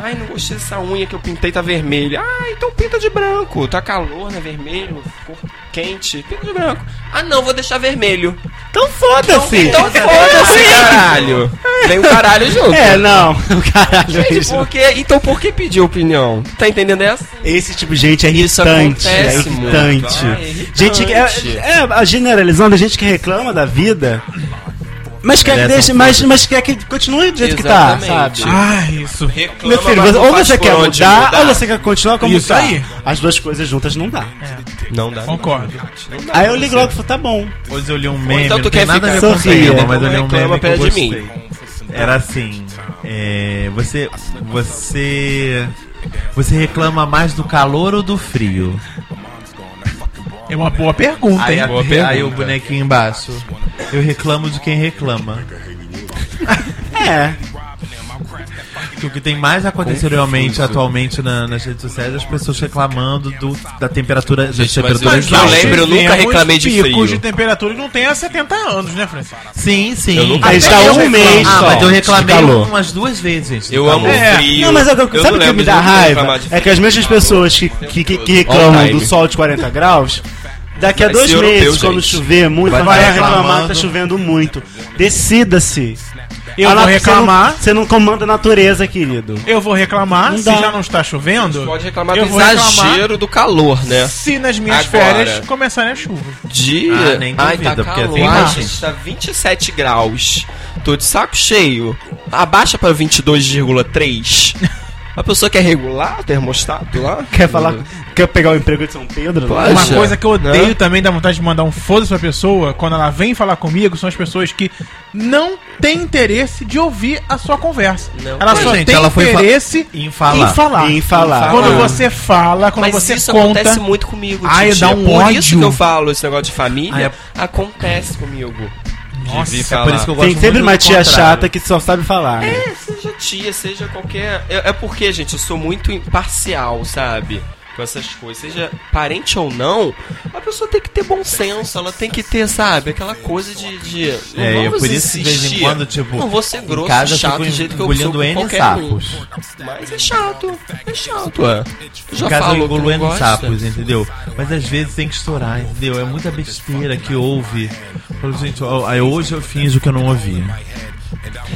Speaker 4: Ai, não gostei dessa unha que eu pintei, tá vermelha. Ah, então pinta de branco. Tá calor, né? Vermelho, ficou quente. Pinta de branco. Ah, não, vou deixar vermelho.
Speaker 3: Então foda-se!
Speaker 4: Então foda-se, caralho. Vem o caralho junto.
Speaker 3: um É, não, caralho, é
Speaker 4: Gente,
Speaker 3: isso.
Speaker 4: por que- Então por que pedir opinião? Tá entendendo essa?
Speaker 3: Esse tipo de gente é
Speaker 4: Isso
Speaker 3: irritante. É
Speaker 4: acontece muito.
Speaker 3: irritante.
Speaker 4: Ah, é irritante.
Speaker 3: Gente que é, é, a generalizando, a gente que reclama da vida. Mas quer, que
Speaker 2: Eles
Speaker 3: deixe,
Speaker 2: são
Speaker 3: mas, mas quer que continue do jeito que tá,
Speaker 4: Né, Exatamente.
Speaker 3: sabe?
Speaker 1: Ai, Ah, isso.
Speaker 4: Reclama,
Speaker 3: Meu filho,
Speaker 4: mas
Speaker 3: você-
Speaker 4: não
Speaker 3: ou
Speaker 4: faz
Speaker 3: você
Speaker 4: por
Speaker 3: quer mudar,
Speaker 4: onde
Speaker 3: ou você quer continuar como
Speaker 1: Isso
Speaker 3: tá.
Speaker 1: aí.
Speaker 3: As duas coisas juntas não dá.
Speaker 4: Não dá.
Speaker 1: Concordo.
Speaker 3: Aí eu ligo logo e falo, tá bom.
Speaker 2: Hoje eu li um meme,
Speaker 4: então tu
Speaker 2: não
Speaker 4: quer
Speaker 2: tem nada a ver
Speaker 3: ficar
Speaker 2: com o tema,
Speaker 3: sorrindo,
Speaker 2: mas eu li um
Speaker 4: reclama
Speaker 2: meme que eu
Speaker 4: perto de mim.
Speaker 2: gostei. Era assim, é, você, você, você reclama mais do calor ou do frio?
Speaker 1: É uma boa pergunta,
Speaker 2: Aí,
Speaker 1: hein?
Speaker 2: a-
Speaker 4: boa
Speaker 2: aí o
Speaker 4: pergunta.
Speaker 2: bonequinho embaixo, eu reclamo de quem reclama.
Speaker 3: É.
Speaker 2: Que o que tem mais acontecido realmente atualmente na- nas redes sociais é as pessoas reclamando do, da temperatura, das
Speaker 4: mas
Speaker 2: temperaturas
Speaker 4: eu- eu
Speaker 2: altas.
Speaker 4: lembro- eu nunca
Speaker 1: Temos
Speaker 4: reclamei de
Speaker 1: picos
Speaker 4: frio.
Speaker 1: de temperatura que não tem há 70 anos, né, Francisco?
Speaker 2: Sim, sim.
Speaker 4: Eu nunca-
Speaker 3: Aí
Speaker 4: Até
Speaker 3: está
Speaker 4: eu
Speaker 3: um
Speaker 4: reclamo.
Speaker 3: mês
Speaker 2: Ah,
Speaker 3: só.
Speaker 2: mas eu reclamei
Speaker 3: de calor.
Speaker 2: umas duas vezes, gente. do
Speaker 4: Eu
Speaker 2: calor.
Speaker 4: amo
Speaker 1: É.
Speaker 4: o frio.
Speaker 3: Não, mas eu,
Speaker 4: não
Speaker 3: sabe o que
Speaker 4: lembro
Speaker 3: me
Speaker 4: de
Speaker 3: dá
Speaker 4: nunca
Speaker 3: raiva?
Speaker 4: reclamar de
Speaker 3: É
Speaker 4: frio.
Speaker 3: que as mesmas pessoas que, que, que- que
Speaker 4: All
Speaker 3: reclamam
Speaker 4: time.
Speaker 3: do sol de 40 graus, daqui a
Speaker 4: Vai
Speaker 3: dois
Speaker 4: ser europeu,
Speaker 3: meses, quando
Speaker 4: gente.
Speaker 3: chover muito,
Speaker 2: Vai
Speaker 3: vai, vai
Speaker 2: estar
Speaker 3: reclamar que
Speaker 2: reclamando.
Speaker 3: tá chovendo muito. Decida-se.
Speaker 1: Eu
Speaker 3: Ah,
Speaker 1: vou
Speaker 3: você
Speaker 1: reclamar.
Speaker 3: não- Você não, comanda a natureza, querido.
Speaker 1: Eu vou reclamar
Speaker 3: Não
Speaker 1: se
Speaker 3: dá.
Speaker 1: já não está chovendo.
Speaker 4: Pode reclamar do
Speaker 1: eu vou
Speaker 4: exagero
Speaker 1: reclamar
Speaker 4: do calor, né?
Speaker 1: se nas minhas
Speaker 4: Agora.
Speaker 1: férias começarem a chuva.
Speaker 4: De.
Speaker 2: Ah, nem
Speaker 4: tá
Speaker 2: duvida,
Speaker 3: é
Speaker 2: porque
Speaker 4: calor.
Speaker 2: tem
Speaker 4: Ai,
Speaker 2: margem.
Speaker 4: gente, tá 27 graus. Tô de saco cheio. Abaixa pra 22,3. A pessoa quer regular o termostato lá?
Speaker 3: Quer falar? Quer pegar o emprego de São Pedro? né?
Speaker 4: Pode.
Speaker 1: Uma
Speaker 4: Poxa,
Speaker 1: coisa que eu
Speaker 4: né?
Speaker 1: odeio também dá vontade de mandar um foda-se pra pessoa quando ela vem falar comigo são as pessoas que não têm interesse de ouvir a sua conversa.
Speaker 4: Não.
Speaker 1: Ela
Speaker 2: Mas,
Speaker 1: só
Speaker 2: gente,
Speaker 1: tem
Speaker 2: ela foi fa-
Speaker 1: interesse
Speaker 2: em falar.
Speaker 1: em falar.
Speaker 3: Em
Speaker 4: Ah,
Speaker 3: falar.
Speaker 1: Quando você fala, quando
Speaker 4: Mas
Speaker 1: você
Speaker 4: isso
Speaker 1: conta.
Speaker 4: acontece muito comigo,
Speaker 1: Ai,
Speaker 4: Titi.
Speaker 1: dá
Speaker 4: É
Speaker 1: um
Speaker 4: por
Speaker 1: ódio. é
Speaker 4: isso que eu falo esse negócio de família.
Speaker 2: Ai,
Speaker 4: Acontece comigo.
Speaker 1: Nossa,
Speaker 4: vir
Speaker 1: é por
Speaker 4: falar.
Speaker 2: isso que eu gosto
Speaker 3: Tem sempre
Speaker 2: muito
Speaker 3: uma
Speaker 2: do
Speaker 3: tia
Speaker 2: contrário.
Speaker 3: chata que só sabe falar. né?
Speaker 4: É, seja tia, seja qualquer. É, é porque, gente, eu sou muito imparcial, sabe? Com essas coisas. Seja parente ou não, a pessoa tem que ter bom senso, ela tem que ter, sabe, aquela coisa de. de não
Speaker 2: É, eu
Speaker 4: vamos
Speaker 2: por isso de vez em
Speaker 4: insistir.
Speaker 2: quando, tipo,
Speaker 4: Não vou ser grosso,
Speaker 2: em casa eu
Speaker 4: chato,
Speaker 2: fico
Speaker 4: do jeito que eu sou
Speaker 2: engolindo
Speaker 4: com
Speaker 2: N
Speaker 4: qualquer
Speaker 2: sapos.
Speaker 4: um. Mas é chato, é chato, é. Eu
Speaker 2: Em
Speaker 4: Já
Speaker 2: casa eu
Speaker 4: falo que eu
Speaker 2: engolo
Speaker 4: não
Speaker 2: N
Speaker 4: gosto.
Speaker 2: sapos, entendeu? Mas às vezes tem que estourar, entendeu? É muita besteira que ouve. Falo, gente, ó, aí hoje eu finjo que eu não ouvi.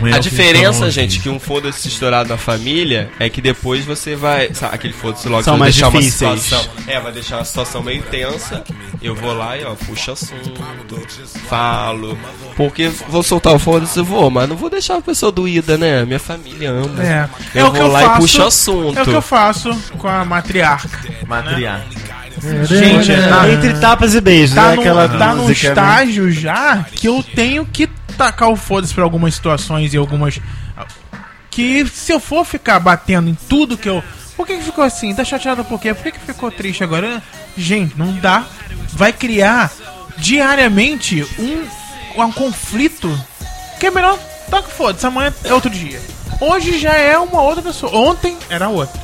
Speaker 2: Um
Speaker 4: A diferença, gente, que um foda-se estourado na família é que depois você vai. Sabe, aquele foda-se logo
Speaker 3: São
Speaker 4: vai
Speaker 3: mais
Speaker 4: deixar uma
Speaker 3: difíceis.
Speaker 4: situação. É, vai deixar uma situação meio tensa. Eu vou lá e ó, puxo assunto, falo. Porque vou soltar o foda-se, eu vou, mas não vou deixar a pessoa doída, né? Minha família ama.
Speaker 1: É,
Speaker 4: Eu
Speaker 1: é o
Speaker 4: vou
Speaker 1: que eu
Speaker 4: lá e
Speaker 1: faço.
Speaker 4: puxo assunto.
Speaker 1: É o que eu faço com a matriarca.
Speaker 2: Material.
Speaker 3: É, né,
Speaker 1: Gente, tá,
Speaker 3: Entre tapas e beijos,
Speaker 1: tá,
Speaker 3: né?
Speaker 1: num,
Speaker 3: Aquela
Speaker 1: tá num
Speaker 3: música, né?
Speaker 1: estágio já que eu tenho que tacar o foda-se pra algumas situações e algumas. Que se eu for ficar batendo em tudo que eu. Por que, que ficou assim? Tá chateado por quê? Por que, que ficou triste agora? Gente, não dá. Vai criar diariamente um, um conflito que é melhor taca o foda-se. Amanhã é outro dia. Hoje já é uma outra pessoa. Ontem era outra.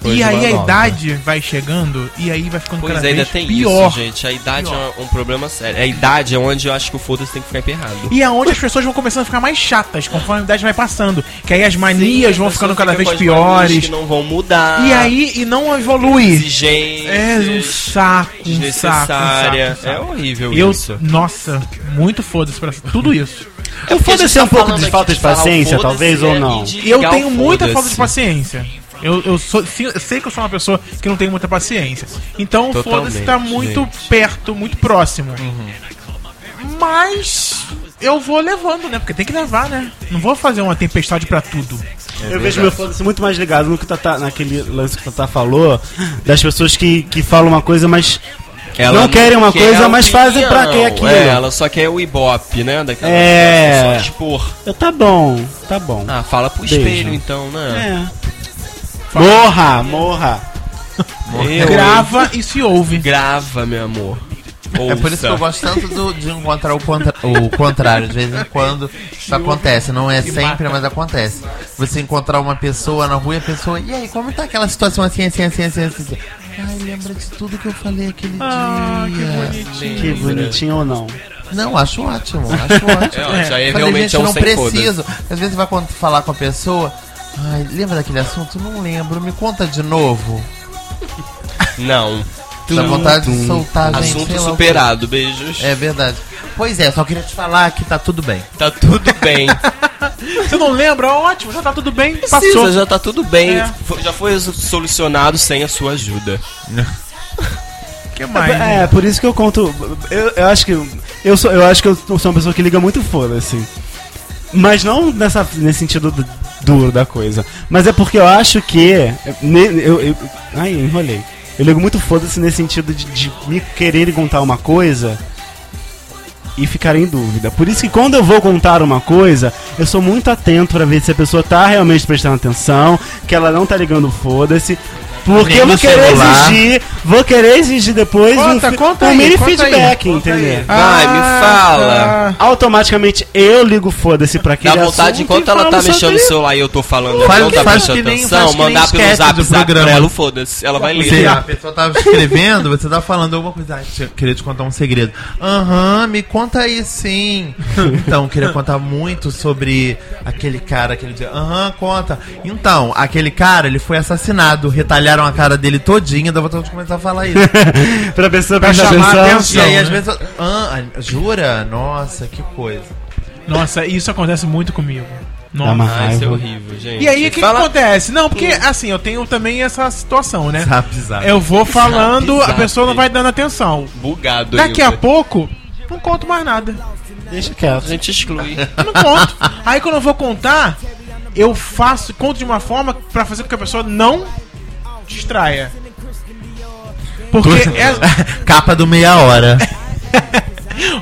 Speaker 3: depois.
Speaker 1: e
Speaker 3: de uma
Speaker 1: aí a
Speaker 3: nova.
Speaker 1: idade vai chegando e aí vai ficando
Speaker 4: Pois
Speaker 1: cada
Speaker 4: é, ainda
Speaker 1: vez
Speaker 4: tem
Speaker 1: pior.
Speaker 4: isso, gente. A idade
Speaker 1: Pior.
Speaker 4: é um problema sério. A idade é onde eu acho que o foda-se tem que ficar emperrado.
Speaker 1: E é onde as pessoas vão começando a ficar mais chatas conforme a idade vai passando. Que aí as manias vão ficando cada vez piores.
Speaker 4: Que não vão mudar.
Speaker 1: E aí e não evolui.
Speaker 4: Exigências.
Speaker 1: É um saco, um saco, um
Speaker 4: desnecessária.
Speaker 1: saco.
Speaker 4: É horrível
Speaker 1: Eu,
Speaker 4: isso.
Speaker 1: nossa, muito foda-se pra tudo isso.
Speaker 3: Eu
Speaker 4: Porque a
Speaker 3: foda-se
Speaker 4: gente
Speaker 3: é um
Speaker 4: tá
Speaker 3: pouco
Speaker 4: falando
Speaker 3: de
Speaker 4: aqui
Speaker 3: falta de
Speaker 4: falar o
Speaker 3: paciência,
Speaker 4: foda-se
Speaker 3: talvez, ou
Speaker 4: é
Speaker 3: não.
Speaker 4: de
Speaker 1: E eu
Speaker 4: ligar o
Speaker 1: tenho muita falta de
Speaker 4: foda-se.
Speaker 1: paciência. Eu, eu, sou, sim, eu sei que eu sou uma pessoa que não tem muita paciência. Então o foda-se tá
Speaker 4: Totalmente,
Speaker 1: muito
Speaker 4: gente. Uhum.
Speaker 1: perto, muito próximo. Mas eu vou levando, né? Porque tem que levar, né? Não vou fazer uma tempestade pra tudo.
Speaker 3: eu vejo meu foda-se muito mais ligado no que o Tatá, naquele lance que o Tatá falou, das pessoas que, que falam uma coisa, mas
Speaker 4: Ela
Speaker 3: não querem uma
Speaker 4: quer
Speaker 3: coisa,
Speaker 4: a
Speaker 3: mas fazem pra
Speaker 4: opinião.
Speaker 3: ter aquilo.
Speaker 4: É, ela só quer o ibope, né? Daquela
Speaker 3: É.
Speaker 4: só expor.
Speaker 3: Eu, tá bom, tá bom.
Speaker 4: Ah, fala pro
Speaker 3: Beijo.
Speaker 4: espelho então, né?
Speaker 3: É. Morra, morra.
Speaker 4: Eu,
Speaker 1: Grava e se ouve.
Speaker 4: Grava, meu amor.
Speaker 2: É por isso que eu gosto tanto do- de encontrar o, contra- o contrário. De vez em quando isso acontece. Não é sempre, mas acontece. Você encontrar uma pessoa na rua e a pessoa. E aí, como tá aquela situação assim, assim, assim, assim, assim? assim?" Ai, lembra de tudo que eu falei aquele
Speaker 4: Ah,
Speaker 2: dia.
Speaker 3: Que bonitinho ou não.
Speaker 2: Não, acho ótimo, acho ótimo.
Speaker 4: É, ó, isso
Speaker 2: Falei,
Speaker 4: aí realmente
Speaker 2: gente,
Speaker 4: é um
Speaker 2: não
Speaker 4: sem
Speaker 2: preciso. Às vezes você vai con- falar com a pessoa. Ai, lembra daquele assunto? Não lembro. Me conta de novo.
Speaker 4: Não.
Speaker 2: Dá vontade de soltar, gente. sei
Speaker 4: Assunto
Speaker 2: lá o quê.
Speaker 4: superado, beijos.
Speaker 2: É verdade. Pois é, só queria te falar que tá tudo bem.
Speaker 4: Tá tudo bem.
Speaker 1: Você não lembra? Ótimo, já tá tudo bem.
Speaker 4: Precisa,
Speaker 1: Passou.
Speaker 4: já tá tudo bem.
Speaker 1: É.
Speaker 4: Fo- Já foi solucionado sem a sua ajuda.
Speaker 1: que mais? né?
Speaker 3: É, por isso que eu conto. Eu, eu acho que. Eu sou, eu acho que eu sou uma pessoa que liga muito foda-se. Mas não nessa, nesse sentido du- duro da coisa. Mas é porque eu acho que. ne- Eu, eu- ai, eu enrolei. Eu ligo muito foda-se nesse sentido de, de me querer contar uma coisa e ficar em dúvida. Por isso que quando eu vou contar uma coisa, eu sou muito atento pra ver se a pessoa tá realmente prestando atenção, que ela não tá ligando foda-se. Porque
Speaker 2: Nem
Speaker 3: eu vou
Speaker 2: no
Speaker 3: querer
Speaker 2: celular.
Speaker 3: exigir, vou querer exigir depois
Speaker 1: Conta,
Speaker 3: um, fi-
Speaker 1: conta
Speaker 3: um
Speaker 1: aí,
Speaker 3: mini
Speaker 1: conta aí,
Speaker 3: feedback,
Speaker 1: conta
Speaker 3: entendeu?
Speaker 1: aí.
Speaker 4: Vai, me
Speaker 1: Ah,
Speaker 4: fala.
Speaker 1: tá.
Speaker 3: Automaticamente eu ligo foda-se pra
Speaker 4: Dá
Speaker 3: aquele
Speaker 4: vontade,
Speaker 3: assunto
Speaker 4: enquanto
Speaker 3: e
Speaker 4: ela
Speaker 3: falo
Speaker 4: tá
Speaker 3: sobre
Speaker 4: mexendo no celular e eu tô falando, ela
Speaker 2: Faz-
Speaker 4: não tá
Speaker 2: faz
Speaker 4: prestando
Speaker 2: que nem-
Speaker 4: atenção,
Speaker 2: faz que nem
Speaker 4: mandar pelo
Speaker 2: esquete
Speaker 4: zap
Speaker 2: do
Speaker 4: zap pra
Speaker 2: programa.
Speaker 4: ela, foda-se. Ela vai
Speaker 2: Você,
Speaker 4: ler.
Speaker 2: a pessoa tava escrevendo, você tava falando alguma coisa. Ai, tia, queria te contar um segredo. Aham, me conta aí sim. Então, queria contar muito sobre aquele cara, aquele dia. Aham, conta. Então, aquele cara, ele foi assassinado. Retalharam a cara dele todinha, dá vontade de começar a falar isso.
Speaker 3: pra pessoa
Speaker 1: Pra
Speaker 3: prestar
Speaker 1: chamar a
Speaker 3: atenção.
Speaker 1: atenção.
Speaker 2: E aí, às
Speaker 1: né?
Speaker 2: vezes. eu- Ah, jura? Nossa, que coisa.
Speaker 1: Nossa, isso acontece muito comigo.
Speaker 3: Dá uma
Speaker 1: Nossa.
Speaker 4: Ah, isso é
Speaker 3: raiva.
Speaker 4: horrível, gente.
Speaker 1: E aí, o que, que
Speaker 4: Fala-
Speaker 1: acontece? Não, porque assim, eu tenho também essa situação, né?
Speaker 2: Zap, zap.
Speaker 1: Eu vou falando,
Speaker 4: Zap,
Speaker 1: a pessoa não
Speaker 4: zap.
Speaker 1: vai dando atenção.
Speaker 4: Bugado
Speaker 1: Daqui a
Speaker 4: ainda.
Speaker 1: pouco, não conto mais nada.
Speaker 3: Deixa quieto.
Speaker 4: A gente exclui.
Speaker 1: Eu não conto. Aí quando eu vou contar, eu faço, conto de uma forma pra fazer com que a pessoa não distraia. Porque é,
Speaker 2: Capa do meia hora.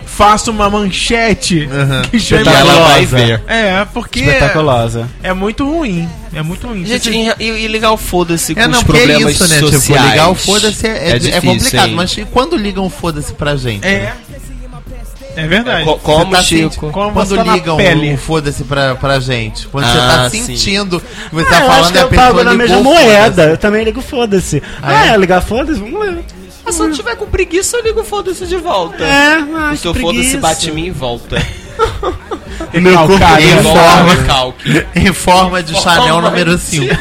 Speaker 1: faço uma manchete
Speaker 2: Uhum.
Speaker 1: que chama.
Speaker 4: E ela vai
Speaker 3: Espetaculosa.
Speaker 4: ver.
Speaker 1: É, porque
Speaker 3: Espetaculosa.
Speaker 1: é muito ruim. É muito ruim.
Speaker 4: Gente,
Speaker 1: Você-
Speaker 4: e, e ligar o foda-se com
Speaker 2: É, não,
Speaker 4: os
Speaker 2: porque é
Speaker 4: problemas
Speaker 2: isso, né?
Speaker 4: sociais.
Speaker 2: Tipo, ligar o foda-se é, é, é
Speaker 4: difícil,
Speaker 2: complicado.
Speaker 4: hein?
Speaker 2: Mas e quando ligam o foda-se pra gente? tá
Speaker 1: é. É verdade.
Speaker 4: Co-
Speaker 2: Você
Speaker 4: como, assim?
Speaker 2: tá
Speaker 4: Chico?
Speaker 2: sentindo-
Speaker 1: Como
Speaker 2: Quando
Speaker 1: tá na
Speaker 2: ligam
Speaker 1: pele.
Speaker 2: o foda-se pra, pra gente? Quando você
Speaker 4: Ah,
Speaker 2: tá
Speaker 4: sim.
Speaker 2: sentindo que você
Speaker 3: Ah,
Speaker 2: tá
Speaker 3: eu acho
Speaker 2: falando
Speaker 3: que
Speaker 2: e
Speaker 1: é
Speaker 2: a
Speaker 1: um
Speaker 3: eu pago
Speaker 2: pessoa
Speaker 3: na
Speaker 2: ligou
Speaker 3: mesma
Speaker 2: o
Speaker 3: moeda.
Speaker 2: foda-se.
Speaker 3: Eu também ligo foda-se.
Speaker 2: Ah,
Speaker 3: Ah,
Speaker 2: é?
Speaker 3: é, ligar foda-se? Vamos lá.
Speaker 4: Mas Ah, se eu tiver com preguiça, eu ligo o foda-se de volta.
Speaker 3: É, ah,
Speaker 4: o seu
Speaker 3: que
Speaker 4: foda-se
Speaker 3: preguiça.
Speaker 4: bate em mim e volta.
Speaker 3: O Meu
Speaker 1: um
Speaker 3: corpo
Speaker 2: Calcário,
Speaker 3: é
Speaker 2: eu
Speaker 4: um
Speaker 3: foda.
Speaker 2: volto.
Speaker 4: Volta, recalque.
Speaker 2: Em forma de Chanel número 5.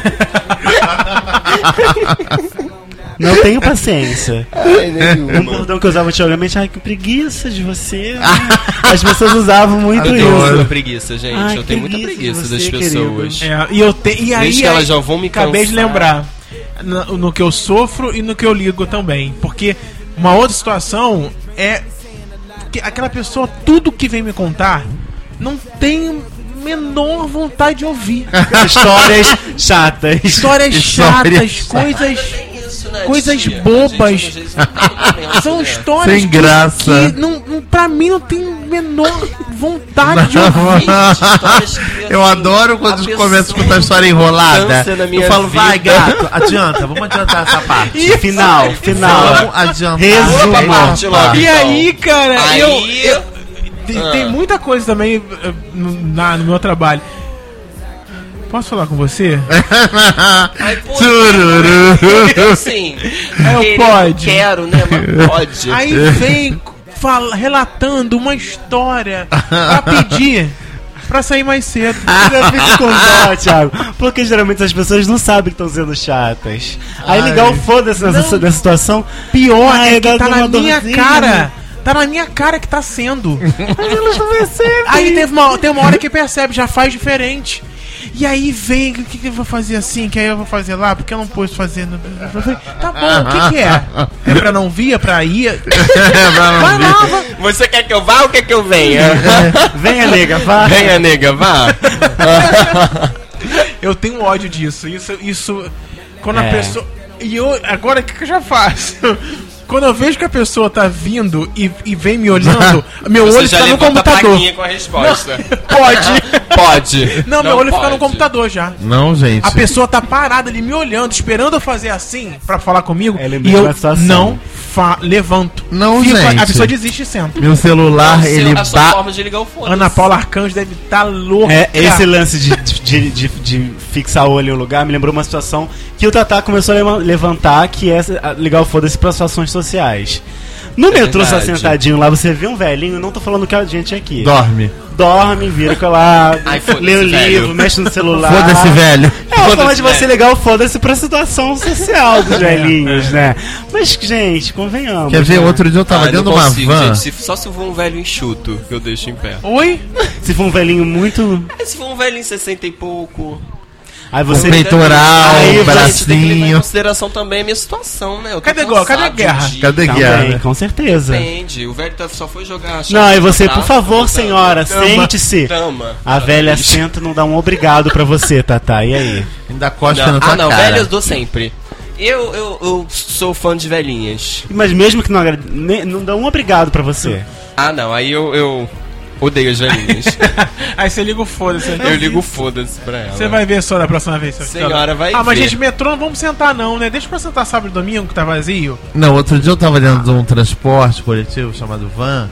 Speaker 3: Não tenho paciência. Um bordão que eu usava antigamente, ai, que preguiça de você. As pessoas usavam muito
Speaker 4: Eu tenho muita
Speaker 3: isso.
Speaker 4: preguiça, gente.
Speaker 3: Ai,
Speaker 4: eu
Speaker 3: que
Speaker 4: tenho muita
Speaker 3: preguiça
Speaker 4: preguiça
Speaker 3: de
Speaker 4: das
Speaker 3: você,
Speaker 4: pessoas.
Speaker 1: É, e eu te, e aí, é
Speaker 4: Desde que elas
Speaker 1: aí-
Speaker 4: já vão me cansar.
Speaker 1: Acabei de
Speaker 2: Então,
Speaker 1: lembrar na- no, que eu sofro e no que eu ligo também. Porque uma outra situação é que aquela pessoa, tudo que vem me contar, não tem menor vontade de ouvir.
Speaker 3: Histórias chatas.
Speaker 1: Histórias
Speaker 2: Histórias
Speaker 1: chatas, coisas.
Speaker 4: Isso, né,
Speaker 1: Coisas
Speaker 4: tia?
Speaker 1: bobas.
Speaker 4: Gente, às vezes, não tem nenhum
Speaker 1: São
Speaker 4: problema.
Speaker 1: histórias
Speaker 2: Sem
Speaker 1: que-
Speaker 2: graça. né?
Speaker 1: que não, não, pra mim não tem menor vontade de ouvir.
Speaker 4: Histórias que,
Speaker 2: Eu
Speaker 4: assim,
Speaker 2: adoro quando
Speaker 4: a
Speaker 2: começa a
Speaker 4: pessoa
Speaker 2: escutar a história enrolada.
Speaker 4: dança na minha
Speaker 2: Eu falo, vai,
Speaker 4: vida.
Speaker 2: gato, adianta, vamos adiantar essa parte.
Speaker 3: Final, final.
Speaker 2: Vamos adiantar.
Speaker 3: Resumo.
Speaker 2: essa
Speaker 4: Parte logo.
Speaker 1: E aí, cara,
Speaker 4: Aí,
Speaker 1: É, eu, eu- tem, tem muita coisa também eh, no, na- no meu trabalho. Posso falar com você?
Speaker 4: Aí, pô,
Speaker 2: Tururu.
Speaker 4: então, é assim,
Speaker 1: É,
Speaker 4: querer,
Speaker 1: pode.
Speaker 4: não Quero, né? Mas pode.
Speaker 1: Aí vem fala- relatando uma história pra pedir pra sair mais cedo.
Speaker 3: Ainda fico com dó, Thiago. Porque geralmente as pessoas não sabem que estão sendo chatas. Aí ligar o foda-se nessa, nessa situação.
Speaker 1: Pior
Speaker 3: Ai,
Speaker 1: é
Speaker 3: dá-
Speaker 1: que tá
Speaker 3: dá
Speaker 1: na
Speaker 3: uma
Speaker 1: minha
Speaker 3: dorzinha.
Speaker 1: cara. Tá na minha cara que tá sendo.
Speaker 3: Mas elas não percebem.
Speaker 1: Aí teve uma, tem uma hora que percebe, já faz diferente. E aí vem, o que, que eu vou fazer assim? Que aí eu vou fazer lá? Porque eu não posso fazer. No... Eu falei, Tá bom, o que, que é? É pra não vir? É pra ir? Vai lá, vai.
Speaker 4: Você quer que eu vá ou quer que eu venha?
Speaker 3: Venha, nega, vá.
Speaker 4: venha, nega, vá.
Speaker 1: Eu tenho ódio disso. Isso, isso quando a
Speaker 3: É.
Speaker 1: pessoa. E eu, agora o que, que eu já faço? Quando eu vejo que a pessoa tá vindo e, e vem me olhando, meu
Speaker 4: Você
Speaker 1: olho
Speaker 4: já
Speaker 1: fica no
Speaker 4: levanta a
Speaker 1: computador.
Speaker 4: plaquinha com a resposta.
Speaker 1: Pode.
Speaker 4: Pode.
Speaker 1: Não, meu olho fica no
Speaker 4: pode.
Speaker 1: computador já.
Speaker 2: Não, gente.
Speaker 1: A pessoa tá parada ali me olhando, esperando eu fazer assim pra falar comigo.
Speaker 3: É, lembrei
Speaker 1: e eu
Speaker 3: da situação.
Speaker 1: não fa- levanto.
Speaker 2: Não,
Speaker 1: Fico-
Speaker 2: gente.
Speaker 1: A pessoa desiste e senta.
Speaker 2: Meu celular, Ah,
Speaker 4: Então,
Speaker 2: ele
Speaker 4: a sua
Speaker 2: ba...
Speaker 4: forma de ligar o fone.
Speaker 1: Ana Paula Arcanjo deve estar tá louca.
Speaker 3: É, esse lance de, de, de, de fixar o olho em um lugar me lembrou uma situação que o Tatá começou a lema- levantar, que é a- ligar o foda-se para situações sociais. No
Speaker 1: É
Speaker 3: metrô, você tá
Speaker 4: verdade.
Speaker 3: sentadinho lá, você vê um velhinho, não tô falando que a gente aqui.
Speaker 2: Dorme.
Speaker 3: Dorme, vira colado,
Speaker 4: Ai, foda-se,
Speaker 3: lê o
Speaker 4: velho.
Speaker 3: livro, mexe no celular.
Speaker 2: Foda-se, velho.
Speaker 3: É uma forma de
Speaker 4: Foda-se,
Speaker 3: você ligar o foda-se pra situação social dos velhinhos, né? Mas, gente, convenhamos.
Speaker 2: Quer ver?
Speaker 3: né?
Speaker 2: Outro dia eu tava
Speaker 4: Ah,
Speaker 2: dentro de
Speaker 4: não
Speaker 2: uma
Speaker 4: consigo,
Speaker 2: van.
Speaker 4: gente. Se- só se for um velho enxuto que eu deixo em pé.
Speaker 1: Oi?
Speaker 3: Se for um velhinho muito.
Speaker 4: Mas se for um velho em 60 e pouco.
Speaker 3: Aí
Speaker 2: Com
Speaker 3: você.
Speaker 2: peitoral,
Speaker 3: Aí, gente,
Speaker 4: tem que levar em
Speaker 2: bracinho.
Speaker 4: consideração também a minha situação, né? Eu tô
Speaker 1: Cadê gol? Cadê
Speaker 4: cansado
Speaker 1: guerra?
Speaker 4: de um dia.
Speaker 2: Cadê
Speaker 3: Também,
Speaker 2: Guiana?
Speaker 3: com certeza.
Speaker 4: Depende. O velho tá- só foi jogar a
Speaker 3: Não,
Speaker 4: chave
Speaker 3: e você,
Speaker 4: no
Speaker 3: por
Speaker 4: braço,
Speaker 3: favor,
Speaker 4: tá-
Speaker 3: senhora,
Speaker 4: Tama.
Speaker 3: sente-se.
Speaker 4: Tama.
Speaker 3: A velha senta e não dá um obrigado pra você, Tatá. E aí?
Speaker 2: Ainda costa
Speaker 4: Não.
Speaker 2: na tua
Speaker 4: Ah, não,
Speaker 2: cara.
Speaker 4: velho eu dou sempre. Eu, eu, eu sou fã de velhinhas.
Speaker 3: Mas mesmo que não agrade, ne- não dá um obrigado pra você.
Speaker 4: Ah, não, aí eu, eu odeio as velhinhas.
Speaker 1: Aí você liga o foda-se. né?
Speaker 4: eu ligo foda-se pra ela.
Speaker 1: Você vai ver só da próxima vez. seu
Speaker 4: Senhora,
Speaker 1: Estela.
Speaker 4: vai
Speaker 1: Ah, mas
Speaker 4: ver.
Speaker 1: gente, metrô não vamos sentar não, né? Deixa pra sentar sábado e domingo que tá vazio.
Speaker 2: Não, outro dia eu tava dentro de um transporte coletivo chamado van.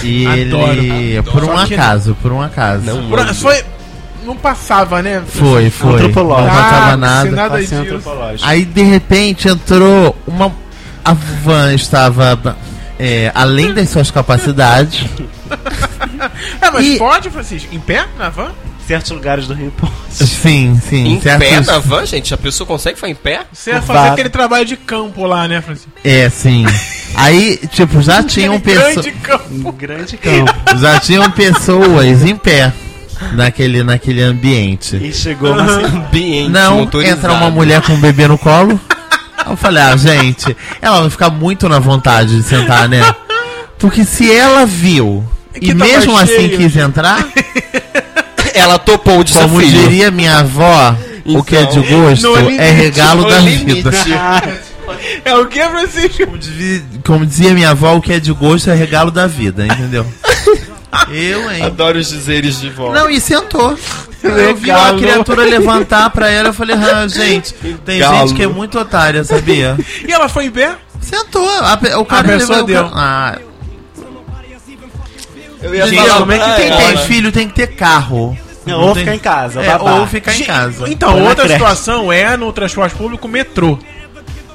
Speaker 2: E
Speaker 1: Adoro,
Speaker 2: ele. Por um
Speaker 1: Só que-
Speaker 2: acaso, por um acaso.
Speaker 4: Não,
Speaker 1: Por- foi... Não passava, né?
Speaker 2: Foi, foi. Não
Speaker 3: Antropológico.
Speaker 2: passava
Speaker 1: Ah,
Speaker 2: nada.
Speaker 1: sinal- Nada
Speaker 3: Tá sendo
Speaker 1: disso.
Speaker 3: antropológico.
Speaker 2: Aí de repente entrou uma. A van estava é, além das suas capacidades.
Speaker 1: É, mas
Speaker 2: E-
Speaker 1: pode, Francisco? Em pé? Na van?
Speaker 3: Certos lugares do Rio Pode.
Speaker 2: Sim, sim.
Speaker 4: Em pé
Speaker 2: certos-
Speaker 4: na van, gente? A pessoa consegue ficar em pé?
Speaker 1: Você ia fazer
Speaker 3: Vá.
Speaker 1: aquele trabalho de campo lá, né, Francisco?
Speaker 2: É, sim. Aí, tipo, já tinham
Speaker 1: Aquele
Speaker 2: pessoas.
Speaker 1: grande campo.
Speaker 3: Um grande campo.
Speaker 2: Já tinham pessoas em pé naquele, naquele ambiente.
Speaker 3: E chegou uma senhora.
Speaker 4: Ambiente
Speaker 2: Não entra uma mulher com um bebê no colo. Aí Eu falei, ah, gente, ela vai ficar muito na vontade de sentar, né? Porque se ela viu
Speaker 1: É Que
Speaker 2: e
Speaker 1: tava
Speaker 2: mesmo assim
Speaker 1: cheio,
Speaker 2: quis entrar,
Speaker 4: Ela topou o desafio.
Speaker 2: como diria minha avó, o que é de gosto
Speaker 1: no
Speaker 2: é
Speaker 1: Então, limite,
Speaker 2: regalo
Speaker 4: no
Speaker 2: da
Speaker 4: limite.
Speaker 2: vida.
Speaker 3: Ah,
Speaker 1: É o que, Francisco?
Speaker 2: Como divi- Como dizia minha avó, o que é de gosto é regalo da vida, entendeu? Eu,
Speaker 1: Tá
Speaker 2: hein?
Speaker 4: Adoro os dizeres de volta.
Speaker 2: Não, e sentou. Eu vi a
Speaker 3: Legal.
Speaker 2: criatura levantar pra ela, eu falei, ah, gente, tem
Speaker 4: Galo.
Speaker 2: gente que é muito otária, sabia?
Speaker 1: E ela foi em pé?
Speaker 2: Sentou, a pe- o cara
Speaker 1: A pessoa
Speaker 2: levantou-
Speaker 1: deu.
Speaker 2: Ah,
Speaker 4: Eu
Speaker 2: gente,
Speaker 4: falar
Speaker 2: como é
Speaker 4: pra
Speaker 2: que quem
Speaker 4: ela. né?
Speaker 2: tem filho tem que ter carro.
Speaker 3: Não, ou ficar em casa,
Speaker 2: é,
Speaker 3: babá.
Speaker 2: Ou ficar em
Speaker 1: Gente,
Speaker 2: casa.
Speaker 1: Então,
Speaker 3: Foi na
Speaker 1: outra
Speaker 3: creche.
Speaker 1: situação é no transporte público metrô.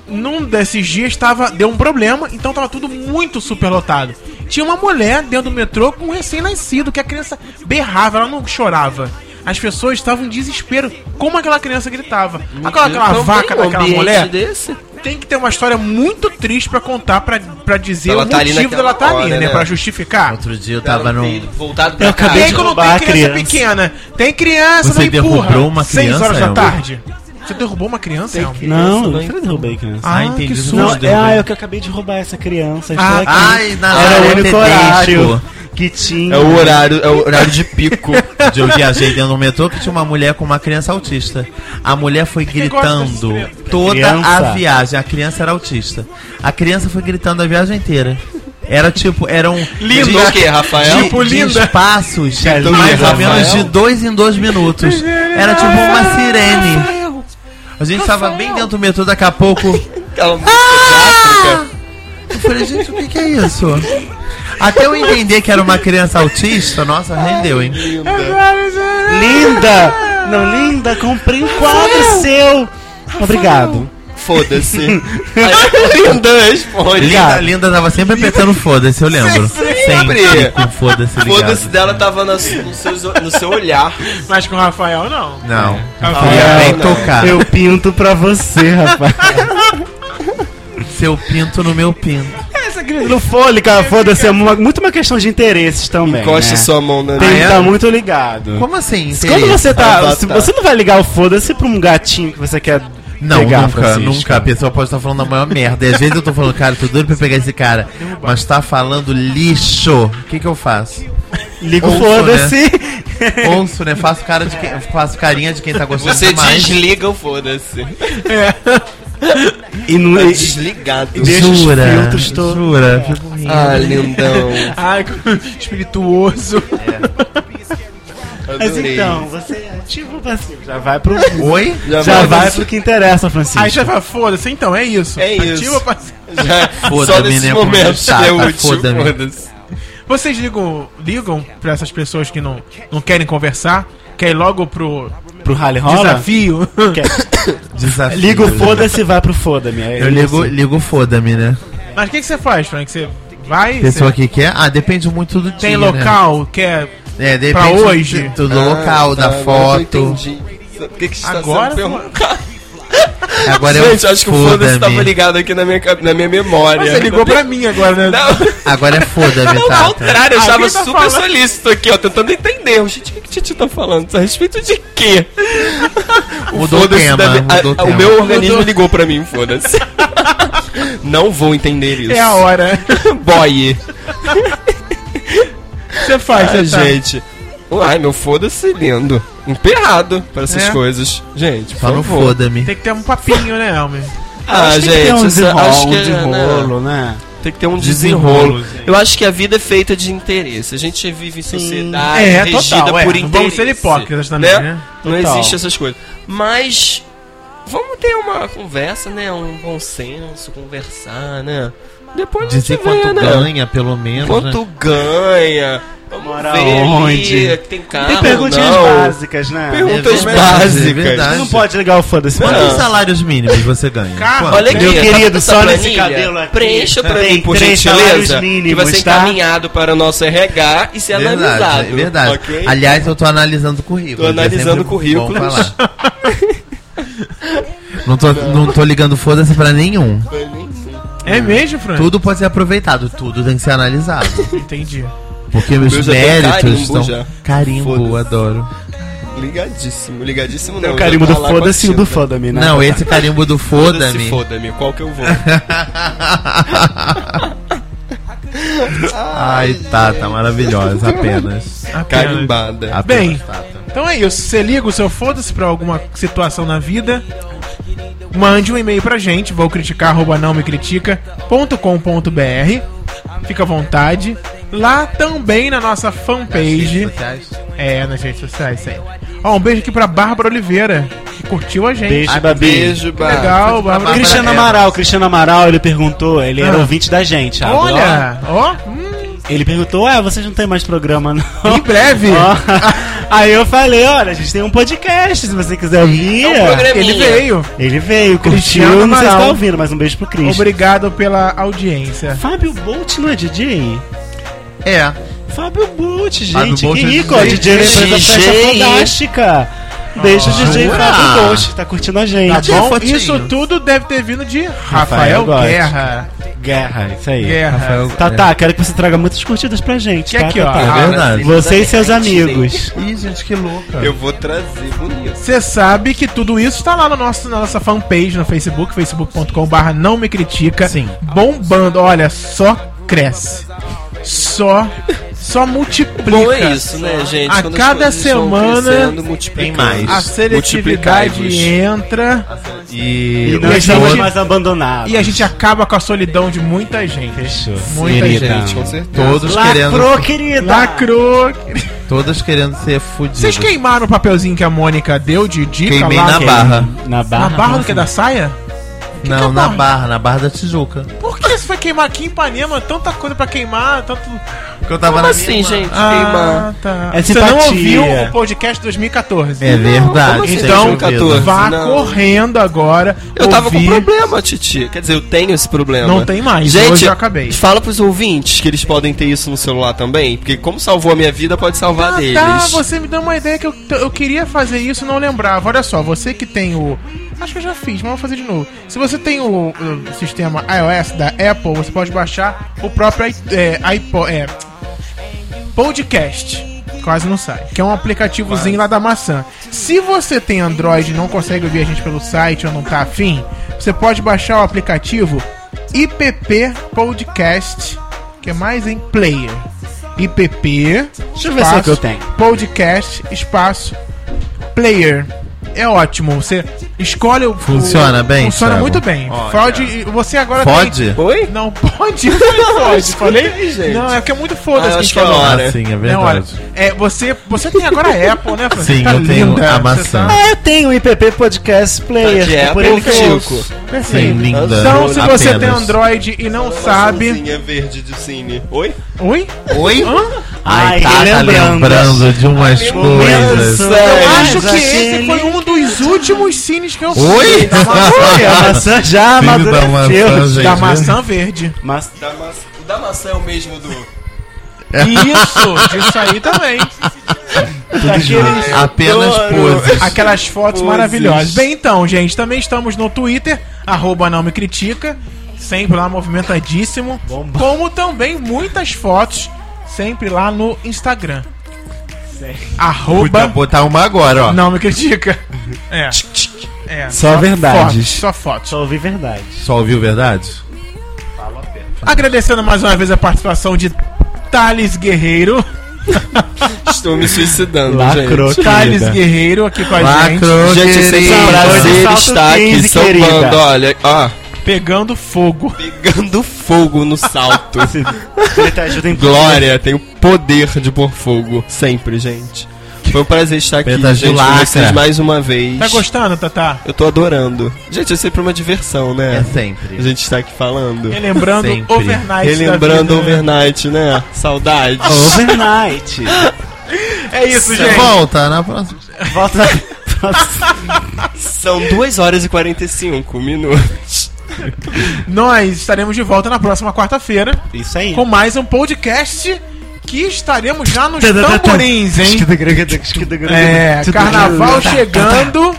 Speaker 1: Num desses dias tava, deu um problema, então tava tudo muito superlotado. Tinha uma mulher dentro do metrô com um recém-nascido, que a criança berrava, ela não chorava. As pessoas estavam em desespero. Como aquela criança gritava.
Speaker 2: Ah,
Speaker 1: Aquela, aquela
Speaker 4: Então,
Speaker 1: vaca
Speaker 4: tem um
Speaker 1: daquela
Speaker 4: ambiente
Speaker 1: mulher
Speaker 4: Desse?
Speaker 1: tem que ter uma história muito triste pra contar, pra, pra dizer
Speaker 4: Ela
Speaker 1: o
Speaker 4: tá ali
Speaker 1: motivo dela
Speaker 4: naquela
Speaker 1: tá ali, né?
Speaker 4: hora, né?
Speaker 1: Pra justificar.
Speaker 2: Outro dia eu tava num...
Speaker 4: Voltado pra
Speaker 3: Eu
Speaker 4: casa.
Speaker 1: Ah, E
Speaker 3: acabei
Speaker 1: aí
Speaker 3: de
Speaker 1: quando
Speaker 3: roubar
Speaker 1: tem
Speaker 3: a
Speaker 1: criança,
Speaker 3: criança.
Speaker 1: pequena, tem criança,
Speaker 2: Você
Speaker 1: não empurra.
Speaker 2: derrubou uma
Speaker 1: Seis
Speaker 2: criança,
Speaker 1: horas da
Speaker 2: Elmo?
Speaker 1: tarde. Você derrubou uma criança, Elmo?
Speaker 3: Não, eu não derrubei criança.
Speaker 2: Ah,
Speaker 1: Ah,
Speaker 2: entendi.
Speaker 1: que
Speaker 2: você
Speaker 1: susto.
Speaker 3: Não,
Speaker 2: falou de
Speaker 3: é, ah,
Speaker 2: derrubar.
Speaker 3: eu que acabei de roubar essa criança.
Speaker 1: Ah,
Speaker 3: estou aqui.
Speaker 2: ai, na
Speaker 3: Era
Speaker 2: hora
Speaker 3: o único
Speaker 2: pedestre.
Speaker 3: horário que tinha.
Speaker 4: É o horário, é o horário de pico.
Speaker 2: Onde eu viajei dentro do metrô que tinha uma mulher com uma criança autista. A mulher foi gritando
Speaker 1: gosta desse
Speaker 2: toda
Speaker 3: Criança.
Speaker 2: a viagem. A criança era autista. A criança foi gritando a viagem inteira. Era tipo, eram
Speaker 4: Lindo
Speaker 2: de-
Speaker 4: o quê, Rafael?
Speaker 2: de-
Speaker 1: Tipo,
Speaker 2: de
Speaker 1: linda.
Speaker 2: espaços de
Speaker 3: Lindo,
Speaker 2: mais ou
Speaker 4: Rafael.
Speaker 2: menos de dois em dois minutos. Era tipo uma sirene. A gente estava bem dentro do metrô, daqui a pouco.
Speaker 4: Aquela música
Speaker 2: Ah!
Speaker 4: de África.
Speaker 2: Eu falei, gente, o que, que é isso? Até eu entender que era uma criança autista, nossa, rendeu, hein?
Speaker 4: Linda.
Speaker 3: Linda! Não, linda, comprei um quadro seu. Obrigado.
Speaker 4: Foda-se. Aí, Linda responde.
Speaker 2: Linda, linda tava sempre apertando foda-se, eu lembro.
Speaker 4: Sempre.
Speaker 2: Sempre com foda-se ligado.
Speaker 4: Foda-se dela tava nas- no, seus- no seu olhar.
Speaker 1: Mas com o Rafael, não.
Speaker 2: Não.
Speaker 1: Rafael.
Speaker 2: ia
Speaker 4: não,
Speaker 2: bem
Speaker 4: não.
Speaker 2: tocar.
Speaker 3: Eu pinto pra você, rapaz.
Speaker 2: Seu pinto no meu pinto.
Speaker 3: Não foi, cara, foda-se. É uma- muito uma questão de interesses também.
Speaker 4: Encosta
Speaker 3: né?
Speaker 4: sua mão na
Speaker 3: Tem que
Speaker 2: Ah, é?
Speaker 3: estar muito ligado.
Speaker 2: Como assim?
Speaker 3: Quando
Speaker 2: interesse?
Speaker 3: você tá,
Speaker 4: Ah,
Speaker 3: se-
Speaker 4: tá.
Speaker 3: Você não vai ligar o foda-se pra um gatinho que você quer.
Speaker 2: Não,
Speaker 3: pegar,
Speaker 2: nunca,
Speaker 3: Francisco.
Speaker 2: nunca. A pessoa pode estar falando a maior merda. E às vezes eu tô falando, cara, tô doido pra pegar esse cara. Mas tá falando lixo. O que que eu faço?
Speaker 3: Liga o
Speaker 2: Ouço,
Speaker 3: foda-se.
Speaker 2: Ouço, né? Faço, cara de quem, faço carinha de quem tá gostando
Speaker 4: Você
Speaker 2: mais.
Speaker 4: desliga o foda-se. Tá
Speaker 3: E não. e-
Speaker 4: Desligado.
Speaker 3: deixa os
Speaker 2: Jura,
Speaker 3: filtros todos.
Speaker 2: jura. Fico rindo.
Speaker 4: Ah, lindão.
Speaker 1: Ai, espirituoso.
Speaker 3: Mas
Speaker 4: Adorei.
Speaker 3: então, você ativa o passivo. Já vai pro.
Speaker 2: Oi?
Speaker 3: Já vai
Speaker 4: pro-
Speaker 3: pro que interessa, Francisco.
Speaker 1: Aí você fala, foda-se, então, é isso.
Speaker 4: É isso.
Speaker 1: Ativa, parceiro.
Speaker 4: Já- Só
Speaker 2: Foda-me,
Speaker 4: nesse
Speaker 2: né,
Speaker 4: momento
Speaker 2: como chata,
Speaker 4: é útil.
Speaker 2: foda-me.
Speaker 4: Foda-se.
Speaker 1: Vocês ligam, ligam pra essas pessoas que não, não querem conversar? Quer ir logo pro
Speaker 3: Pro rally rola?
Speaker 1: desafio?
Speaker 3: Quer-
Speaker 2: Desafio.
Speaker 3: Liga o foda-se e vai pro foda-me. É
Speaker 2: Eu ligo, ligo foda-me, né?
Speaker 1: Mas o que, que você faz, Frank? Você vai?
Speaker 2: Pessoa
Speaker 1: você
Speaker 2: que quer. Ah, depende muito do
Speaker 1: tem
Speaker 2: dia, né?
Speaker 1: local? Quer.
Speaker 2: É, depende
Speaker 1: Pra hoje?
Speaker 2: do, do
Speaker 4: Ah,
Speaker 2: local,
Speaker 4: tá,
Speaker 2: da
Speaker 4: agora eu
Speaker 2: foto.
Speaker 4: entendi. O que que está
Speaker 1: Agora-
Speaker 4: sendo perguntado?
Speaker 2: Agora eu
Speaker 4: Gente, acho que o foda-se tá tava
Speaker 2: foda-me.
Speaker 4: ligado aqui na minha, ca- na minha memória.
Speaker 1: Mas você ligou pra mim agora, né?
Speaker 4: Não,
Speaker 2: Agora é
Speaker 4: ao
Speaker 2: foda-me, Tata.
Speaker 4: contrário, eu
Speaker 1: Ah,
Speaker 4: estava
Speaker 1: quem tá
Speaker 4: super
Speaker 1: falando?
Speaker 4: solícito aqui, ó, tentando entender. O gente, o que que o Titi tá falando? A respeito de quê?
Speaker 2: Mudou o
Speaker 4: Foda-se
Speaker 2: tema,
Speaker 4: da mi- a-
Speaker 2: mudou o
Speaker 4: a-
Speaker 2: tema.
Speaker 4: O meu organismo ligou pra mim, foda-se. Não vou entender isso.
Speaker 1: É a hora.
Speaker 4: Boy.
Speaker 1: Você faz,
Speaker 4: Ai,
Speaker 1: você tá-
Speaker 4: gente. Ai, meu foda-se lindo. Emperrado pra essas
Speaker 1: É.
Speaker 4: coisas. Gente, por
Speaker 2: Só não
Speaker 4: favor.
Speaker 2: foda-me.
Speaker 1: Tem que ter um papinho, né, Elmer?
Speaker 4: Ah,
Speaker 3: Acho que
Speaker 4: gente,
Speaker 3: tem um
Speaker 4: isso-
Speaker 3: desenrolo,
Speaker 4: acho que
Speaker 3: um
Speaker 4: é, né?
Speaker 3: desenrolo, né?
Speaker 4: Tem que ter um
Speaker 2: Desenrolo,
Speaker 4: desenrolo. Eu acho que a vida é feita de interesse. A gente vive em sociedade
Speaker 1: É,
Speaker 4: regida
Speaker 1: total, é.
Speaker 4: por
Speaker 1: Não vamos
Speaker 4: interesse.
Speaker 1: ser hipócritas também,
Speaker 4: É.
Speaker 1: né?
Speaker 4: Não
Speaker 3: Total.
Speaker 4: existe essas coisas. Mas vamos ter uma conversa, né? Um bom senso, conversar, né? Depois a
Speaker 2: Dizer
Speaker 4: gente vê,
Speaker 2: quanto
Speaker 4: né?
Speaker 2: ganha, pelo menos. né?
Speaker 4: Quanto ganha. Vamos
Speaker 3: Mora
Speaker 4: ver
Speaker 3: onde?
Speaker 4: ali, tem carro,
Speaker 3: Tem perguntinhas
Speaker 4: não.
Speaker 3: básicas, né?
Speaker 4: Pergunta- um
Speaker 2: É verdade,
Speaker 4: básicas.
Speaker 2: é verdade.
Speaker 3: Você não pode ligar o foda-se.
Speaker 4: Não.
Speaker 2: Quantos
Speaker 3: Francisco.
Speaker 2: salários mínimos você ganha?
Speaker 1: Carro,
Speaker 2: Quanto?
Speaker 4: Olha aqui,
Speaker 3: Meu
Speaker 4: tá
Speaker 3: querido,
Speaker 4: vendo essa
Speaker 3: só nesse
Speaker 4: planilha?
Speaker 3: cabelo aqui.
Speaker 4: Preencha pra
Speaker 3: Tem
Speaker 4: mim, por
Speaker 3: três salários
Speaker 4: gentileza. Que
Speaker 3: mínimos,
Speaker 4: vai ser
Speaker 3: tá?
Speaker 4: encaminhado para o nosso RH e ser analisado.
Speaker 2: Verdade, é verdade.
Speaker 4: ok?
Speaker 2: Aliás, eu tô analisando o currículo. um
Speaker 4: Tô analisando
Speaker 2: o currículo.
Speaker 4: currículos.
Speaker 2: não, tô, não tô ligando foda-se pra nenhum.
Speaker 1: É mesmo, Frank?
Speaker 2: Tudo pode ser aproveitado, tudo tem que ser analisado.
Speaker 1: Entendi.
Speaker 2: Porque meus
Speaker 4: meu já tem
Speaker 2: méritos
Speaker 4: carimbo
Speaker 2: estão.
Speaker 4: já.
Speaker 2: Carimbo,
Speaker 4: Foda-se.
Speaker 2: adoro.
Speaker 4: Ligadíssimo, ligadíssimo
Speaker 3: Tem
Speaker 4: não.
Speaker 3: o carimbo
Speaker 4: já
Speaker 3: do
Speaker 4: tá lá com a
Speaker 3: foda-se e o do
Speaker 4: tinta.
Speaker 3: foda-me, né?
Speaker 2: Não, esse carimbo do
Speaker 4: tá.
Speaker 2: foda-me.
Speaker 4: Foda-se, foda-me. Qual que eu vou?
Speaker 2: Ai, Tata, maravilhosa, apenas.
Speaker 1: Apenas.
Speaker 4: Carimbada.
Speaker 2: apenas
Speaker 1: Bem.
Speaker 2: Tata.
Speaker 1: Ah, Então é isso. Você liga o seu foda-se pra alguma situação na vida. Mande um e-mail pra gente, vou criticar, arroba não me critica.com.br. Fica à vontade. Lá também na nossa fanpage. É, nas redes sociais, sim. Ó, um beijo aqui pra Bárbara Oliveira, que curtiu a gente.
Speaker 3: Beijo,
Speaker 2: Ai,
Speaker 3: Babi.
Speaker 4: Beijo,
Speaker 1: Que
Speaker 4: Bárbara.
Speaker 1: legal, Bárbara.
Speaker 3: Cristiano Amaral, Cristiano Amaral, ele perguntou, ele era
Speaker 1: Ah.
Speaker 3: ouvinte da gente. Abra,
Speaker 1: Olha, ó, hum,
Speaker 3: ó. Ele perguntou, ué, vocês não tem mais programa, não?
Speaker 1: em breve.
Speaker 3: Ó. Aí eu falei, olha, a gente tem um podcast, se você quiser ouvir.
Speaker 4: É um programa-
Speaker 1: Ele veio.
Speaker 3: Ele veio,
Speaker 1: Cristiano
Speaker 3: curtiu, não sei se tá
Speaker 1: Amaral.
Speaker 3: ouvindo, mas um beijo pro Cris.
Speaker 1: Obrigado pela audiência.
Speaker 3: Fábio Bolt não é DJ?
Speaker 2: É,
Speaker 3: Fábio Bolt, gente,
Speaker 2: Fábio Bolt
Speaker 3: que
Speaker 2: é
Speaker 3: rico, ó, DJ
Speaker 2: DJ.
Speaker 3: da empresa Festa
Speaker 4: DJ.
Speaker 3: Fantástica. Beijo, DJ
Speaker 2: jura?
Speaker 3: Fábio Bolt, tá curtindo a
Speaker 2: Tá
Speaker 3: gente.
Speaker 2: Tinha
Speaker 1: Bom,
Speaker 2: fotinho.
Speaker 1: isso tudo deve ter vindo de Rafael,
Speaker 3: Rafael Gotti.
Speaker 1: Guerra.
Speaker 3: Guerra, isso aí.
Speaker 1: Guerra.
Speaker 2: É, Rafael-
Speaker 3: Tá, tá, quero que você traga muitas curtidas pra gente,
Speaker 1: Que
Speaker 3: tá,
Speaker 1: aqui, ó.
Speaker 3: Tatá?
Speaker 2: É verdade.
Speaker 3: Você e seus amigos.
Speaker 2: Ih, gente, que louca.
Speaker 4: Eu vou trazer bonito.
Speaker 1: Você sabe que tudo isso está lá no nosso, na nossa fanpage no Facebook, facebook.com.br não me critica.
Speaker 2: Sim.
Speaker 1: Bombando, olha, só cresce. Só, só multiplica.
Speaker 4: Bom é isso, né, gente?
Speaker 1: A
Speaker 4: Quando as
Speaker 1: cada
Speaker 4: coisas vão
Speaker 1: semana
Speaker 4: crescendo, multiplicando.
Speaker 2: tem mais.
Speaker 1: A seletividade
Speaker 4: Multiplicai-vos.
Speaker 1: entra
Speaker 2: E,
Speaker 3: E nós
Speaker 1: a
Speaker 3: estamos
Speaker 1: gente-
Speaker 3: mais abandonados.
Speaker 1: e a gente acaba com a solidão de muita gente.
Speaker 3: Fechou.
Speaker 1: Muita
Speaker 2: Querida.
Speaker 1: gente.
Speaker 4: Com certeza.
Speaker 2: todos querendo,
Speaker 3: Lacrou, querida.
Speaker 1: Lacrou.
Speaker 2: todos querendo ser fudidos.
Speaker 1: Vocês queimaram o papelzinho que a Mônica deu de dica
Speaker 2: Queimei
Speaker 1: lá?
Speaker 2: na
Speaker 1: Que-
Speaker 2: barra.
Speaker 3: Tá Na né?
Speaker 1: Na
Speaker 3: barra.
Speaker 1: barra do que? Da saia? Que
Speaker 2: não,
Speaker 1: que tá-
Speaker 2: na
Speaker 1: barra?
Speaker 2: barra, na barra da Tijuca.
Speaker 1: Por que você vai queimar aqui em Ipanema? Tanta coisa pra queimar, tanto.
Speaker 2: Porque eu tava
Speaker 4: Como
Speaker 2: na
Speaker 4: assim,
Speaker 2: minha-
Speaker 4: gente?
Speaker 1: Ah,
Speaker 4: Queimar.
Speaker 1: tá.
Speaker 3: É
Speaker 1: você não
Speaker 3: simpatia.
Speaker 1: ouviu o podcast 2014.
Speaker 2: É verdade.
Speaker 4: como assim?
Speaker 2: tem
Speaker 4: Então,
Speaker 2: ouvido.
Speaker 4: 14.
Speaker 1: Vá
Speaker 4: Não.
Speaker 1: correndo agora.
Speaker 4: Eu tava
Speaker 1: ouvir.
Speaker 4: com problema, Titi. Quer dizer, eu tenho esse problema.
Speaker 1: Não tem mais,
Speaker 4: Gente,
Speaker 1: hoje eu acabei.
Speaker 4: Fala pros ouvintes que eles podem ter isso no celular também. Porque como salvou a minha vida, pode salvar a
Speaker 1: Ah,
Speaker 4: deles.
Speaker 1: tá, você me deu uma ideia que eu, eu queria fazer isso e não lembrava. Olha só, você que tem o. Acho que eu já fiz, mas vou fazer de novo. Se você tem o, o sistema iOS da Apple, você pode baixar o próprio i- é, iPod. É, podcast. Quase não sai. Que é um aplicativozinho lá da maçã. Se você tem Android e não consegue ouvir a gente pelo site ou não tá afim, você pode baixar o aplicativo IPP Podcast, que é mais em player. IPP
Speaker 3: Deixa eu ver se é o que eu tenho.
Speaker 1: podcast, espaço, player. É ótimo. Você escolhe o.
Speaker 2: Funciona
Speaker 1: o-
Speaker 2: bem,
Speaker 1: Funciona
Speaker 2: Thiago?
Speaker 1: muito bem.
Speaker 2: Olha.
Speaker 1: Pode. Você agora
Speaker 2: Pode?
Speaker 4: Oi?
Speaker 1: Não pode. pode. Falei?
Speaker 4: gente.
Speaker 1: Não, é porque é muito foda
Speaker 4: Ah, eu
Speaker 1: a
Speaker 4: acho
Speaker 1: gente
Speaker 4: que é
Speaker 1: falou.
Speaker 4: hora.
Speaker 2: Ah, sim, é
Speaker 1: Não, olha,
Speaker 2: verdade.
Speaker 1: é, você, você tem agora a Apple, né, Fran?
Speaker 2: Sim,
Speaker 1: Tá
Speaker 2: eu tenho
Speaker 1: linda,
Speaker 2: a
Speaker 1: você
Speaker 2: maçã.
Speaker 1: sabe?
Speaker 3: Ah, eu tenho o IPP Podcast
Speaker 1: é
Speaker 3: Player.
Speaker 4: Tá de
Speaker 3: por
Speaker 4: Apple,
Speaker 3: ele que eu
Speaker 4: Tico.
Speaker 3: uso.
Speaker 2: Sim,
Speaker 1: Perfeito.
Speaker 2: linda.
Speaker 1: Então, se você tem
Speaker 2: Apenas.
Speaker 1: Android e não sabe.
Speaker 4: verde de cine. Oi?
Speaker 1: Oi?
Speaker 2: Oi?
Speaker 1: Hã?
Speaker 2: Ai, tá, tá
Speaker 3: relembrando.
Speaker 2: lembrando de umas coisas.
Speaker 1: Eu
Speaker 3: É, Mas
Speaker 1: acho que esse
Speaker 3: aquele-
Speaker 1: foi um dos últimos cines que eu
Speaker 2: Oi?
Speaker 1: Da
Speaker 3: Ui, a
Speaker 1: maçã,
Speaker 3: maçã já
Speaker 2: Filho da maçã,
Speaker 3: amadureceu.
Speaker 2: gente.
Speaker 1: da maçã verde.
Speaker 3: Mas
Speaker 4: O da maçã é o mesmo do.
Speaker 2: né?
Speaker 1: Isso, disso aí também.
Speaker 3: daqueles-
Speaker 2: Apenas poses.
Speaker 1: Aquelas fotos
Speaker 4: Poses.
Speaker 1: maravilhosas. Bem, então, gente, também estamos no Twitter, arroba não me critica, sempre lá movimentadíssimo. Como também muitas fotos, sempre lá no Instagram.
Speaker 2: Podia
Speaker 1: Arroba
Speaker 2: botar uma agora, ó.
Speaker 1: é não me critica. É. é.
Speaker 3: Só verdades.
Speaker 1: fotos, só fotos.
Speaker 3: Só ouvi verdade.
Speaker 2: Só ouviu verdade?
Speaker 1: Agradecendo mais uma vez a participação de Thales Guerreiro.
Speaker 4: Estou me suicidando,
Speaker 3: Lacrou.
Speaker 4: gente.
Speaker 1: Thales
Speaker 2: é
Speaker 3: Querida.
Speaker 1: Guerreiro aqui com a gente.
Speaker 2: Lacro,
Speaker 4: Gente, é sempre um
Speaker 2: querida.
Speaker 4: prazer
Speaker 3: Salto
Speaker 4: estar aqui
Speaker 3: 15,
Speaker 4: sambando,
Speaker 3: querida.
Speaker 4: olha, ó,
Speaker 1: Pegando fogo.
Speaker 4: pegando fogo no salto.
Speaker 3: Ele tá ajudando em
Speaker 4: Glória, tem o poder de pôr fogo, sempre, gente. Foi um prazer estar aqui,
Speaker 2: Pedaço de
Speaker 4: gente, com
Speaker 2: lacra.
Speaker 4: vocês mais uma vez.
Speaker 1: Tá gostando, Tatá?
Speaker 4: Eu tô adorando. Gente, é sempre uma diversão,
Speaker 2: É
Speaker 4: né? A
Speaker 2: sempre.
Speaker 4: gente está aqui falando.
Speaker 1: Relembrando
Speaker 2: Sempre.
Speaker 4: tá
Speaker 1: overnight.
Speaker 4: Relembrando
Speaker 1: da
Speaker 4: o
Speaker 1: vida.
Speaker 4: overnight, né? Saudades.
Speaker 3: Overnight.
Speaker 1: É isso, gente.
Speaker 2: Volta na próxima.
Speaker 3: Volta
Speaker 4: São 2 horas e 45 minutos.
Speaker 1: Nós estaremos de volta na próxima quarta-feira
Speaker 3: Isso aí.
Speaker 1: com mais um podcast que estaremos já nos tamborins, é? hein? É, carnaval chegando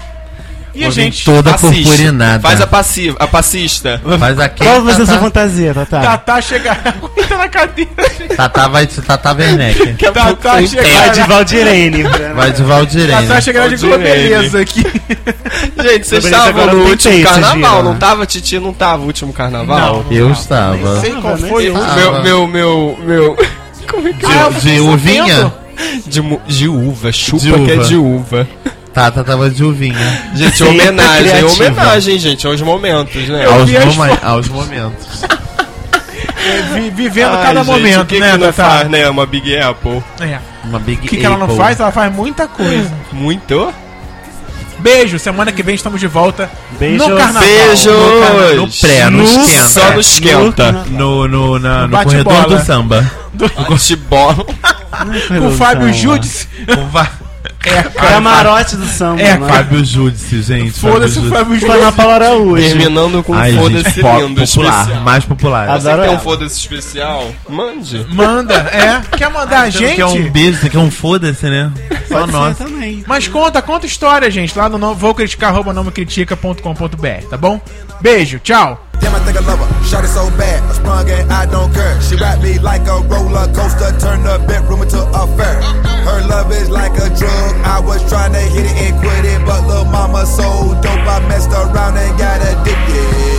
Speaker 1: e a gente.
Speaker 2: Toda
Speaker 4: Passista.
Speaker 2: purpurinada.
Speaker 4: Faz a passiva, a passista.
Speaker 2: Faz a quem? tá-
Speaker 3: Qual vai ser sua
Speaker 2: Tatá?
Speaker 3: fantasia, Tatá?
Speaker 1: Tatá chegará. Aguenta na cadeira.
Speaker 2: Tatá vai de Tatá Werneck.
Speaker 4: Daqui a pouco
Speaker 1: Tatá
Speaker 4: tem
Speaker 1: chegando.
Speaker 3: Vai É, de Valdirene.
Speaker 2: Vai de Valdirene.
Speaker 1: Tatá chegará de
Speaker 4: Pode ir,
Speaker 1: globeleza aqui.
Speaker 4: Gente, vocês
Speaker 3: Sobre isso
Speaker 4: estavam
Speaker 3: agora
Speaker 4: no
Speaker 3: eu
Speaker 4: último
Speaker 3: tentei esses
Speaker 4: carnaval,
Speaker 3: dias,
Speaker 4: não
Speaker 3: né?
Speaker 4: tava, Titi? Não tava o último carnaval?
Speaker 2: Eu estava.
Speaker 1: né? Sei qual
Speaker 3: nem
Speaker 1: foi
Speaker 4: Eu-
Speaker 1: o.
Speaker 2: sei.
Speaker 4: meu,
Speaker 2: tava.
Speaker 4: meu, meu, meu. Como é que
Speaker 1: Ah, eu
Speaker 2: de
Speaker 1: fiquei sabendo.
Speaker 2: uvinha?
Speaker 4: De, mu- de uva, chupa
Speaker 2: De uva.
Speaker 4: que é de uva.
Speaker 2: Tatá tava de uvinha.
Speaker 4: Gente,
Speaker 3: Sempre
Speaker 4: homenagem,
Speaker 3: criativa.
Speaker 4: homenagem, gente, aos momentos, né?
Speaker 2: Aos,
Speaker 1: vi as
Speaker 2: moma- aos momentos.
Speaker 1: Vi- Vivendo
Speaker 4: Ai,
Speaker 1: cada
Speaker 4: gente, o
Speaker 1: momento,
Speaker 4: que
Speaker 1: né,
Speaker 4: que não
Speaker 1: Tatá?
Speaker 4: faz, né? Uma Big Apple.
Speaker 1: É.
Speaker 2: Uma Big
Speaker 1: O que, que ela não
Speaker 2: Apple.
Speaker 1: faz? Ela faz muita coisa.
Speaker 4: Muito?
Speaker 1: Beijo, semana que vem estamos de volta
Speaker 3: Beijo.
Speaker 1: no carnaval.
Speaker 4: Beijos!
Speaker 1: No carnaval.
Speaker 2: No pré, no esquenta.
Speaker 4: Só no esquenta.
Speaker 2: No, no, na- no
Speaker 1: Bate
Speaker 2: corredor
Speaker 1: bola.
Speaker 2: do samba.
Speaker 4: Futebol.
Speaker 1: Com o Fábio Judice.
Speaker 2: O va-
Speaker 3: Camarote do samba.
Speaker 1: É,
Speaker 3: né?
Speaker 2: Fábio Júdice, gente.
Speaker 1: Foda-se o
Speaker 2: Júdice.
Speaker 1: Fábio
Speaker 3: Foi na
Speaker 1: Judice.
Speaker 3: Paula Araújo.
Speaker 4: Terminando com um
Speaker 2: Ai,
Speaker 4: foda-se
Speaker 2: gente, pop,
Speaker 4: lindo,
Speaker 2: popular.
Speaker 4: especial.
Speaker 2: Mais popular.
Speaker 3: As-
Speaker 4: Você que tem um
Speaker 3: Adoro
Speaker 4: foda-se especial? Mande.
Speaker 1: Manda, é. Quer mandar a gente?
Speaker 2: Que é um beijo, isso aqui é um foda-se, né? Só
Speaker 3: Você
Speaker 2: nosso.
Speaker 3: também.
Speaker 1: Mas conta, conta história, gente, lá no não, vou criticar, arroba, não me critica.com.br, tá bom? Beijo, tchau.
Speaker 5: Damn, I think I love her. Shot it so bad. I sprung and I don't care. She ride me like a roller coaster. Turn the bedroom into a fair. Her love is like a drug. I was trying to hit it and quit it. But little mama so dope. I messed around and got addicted.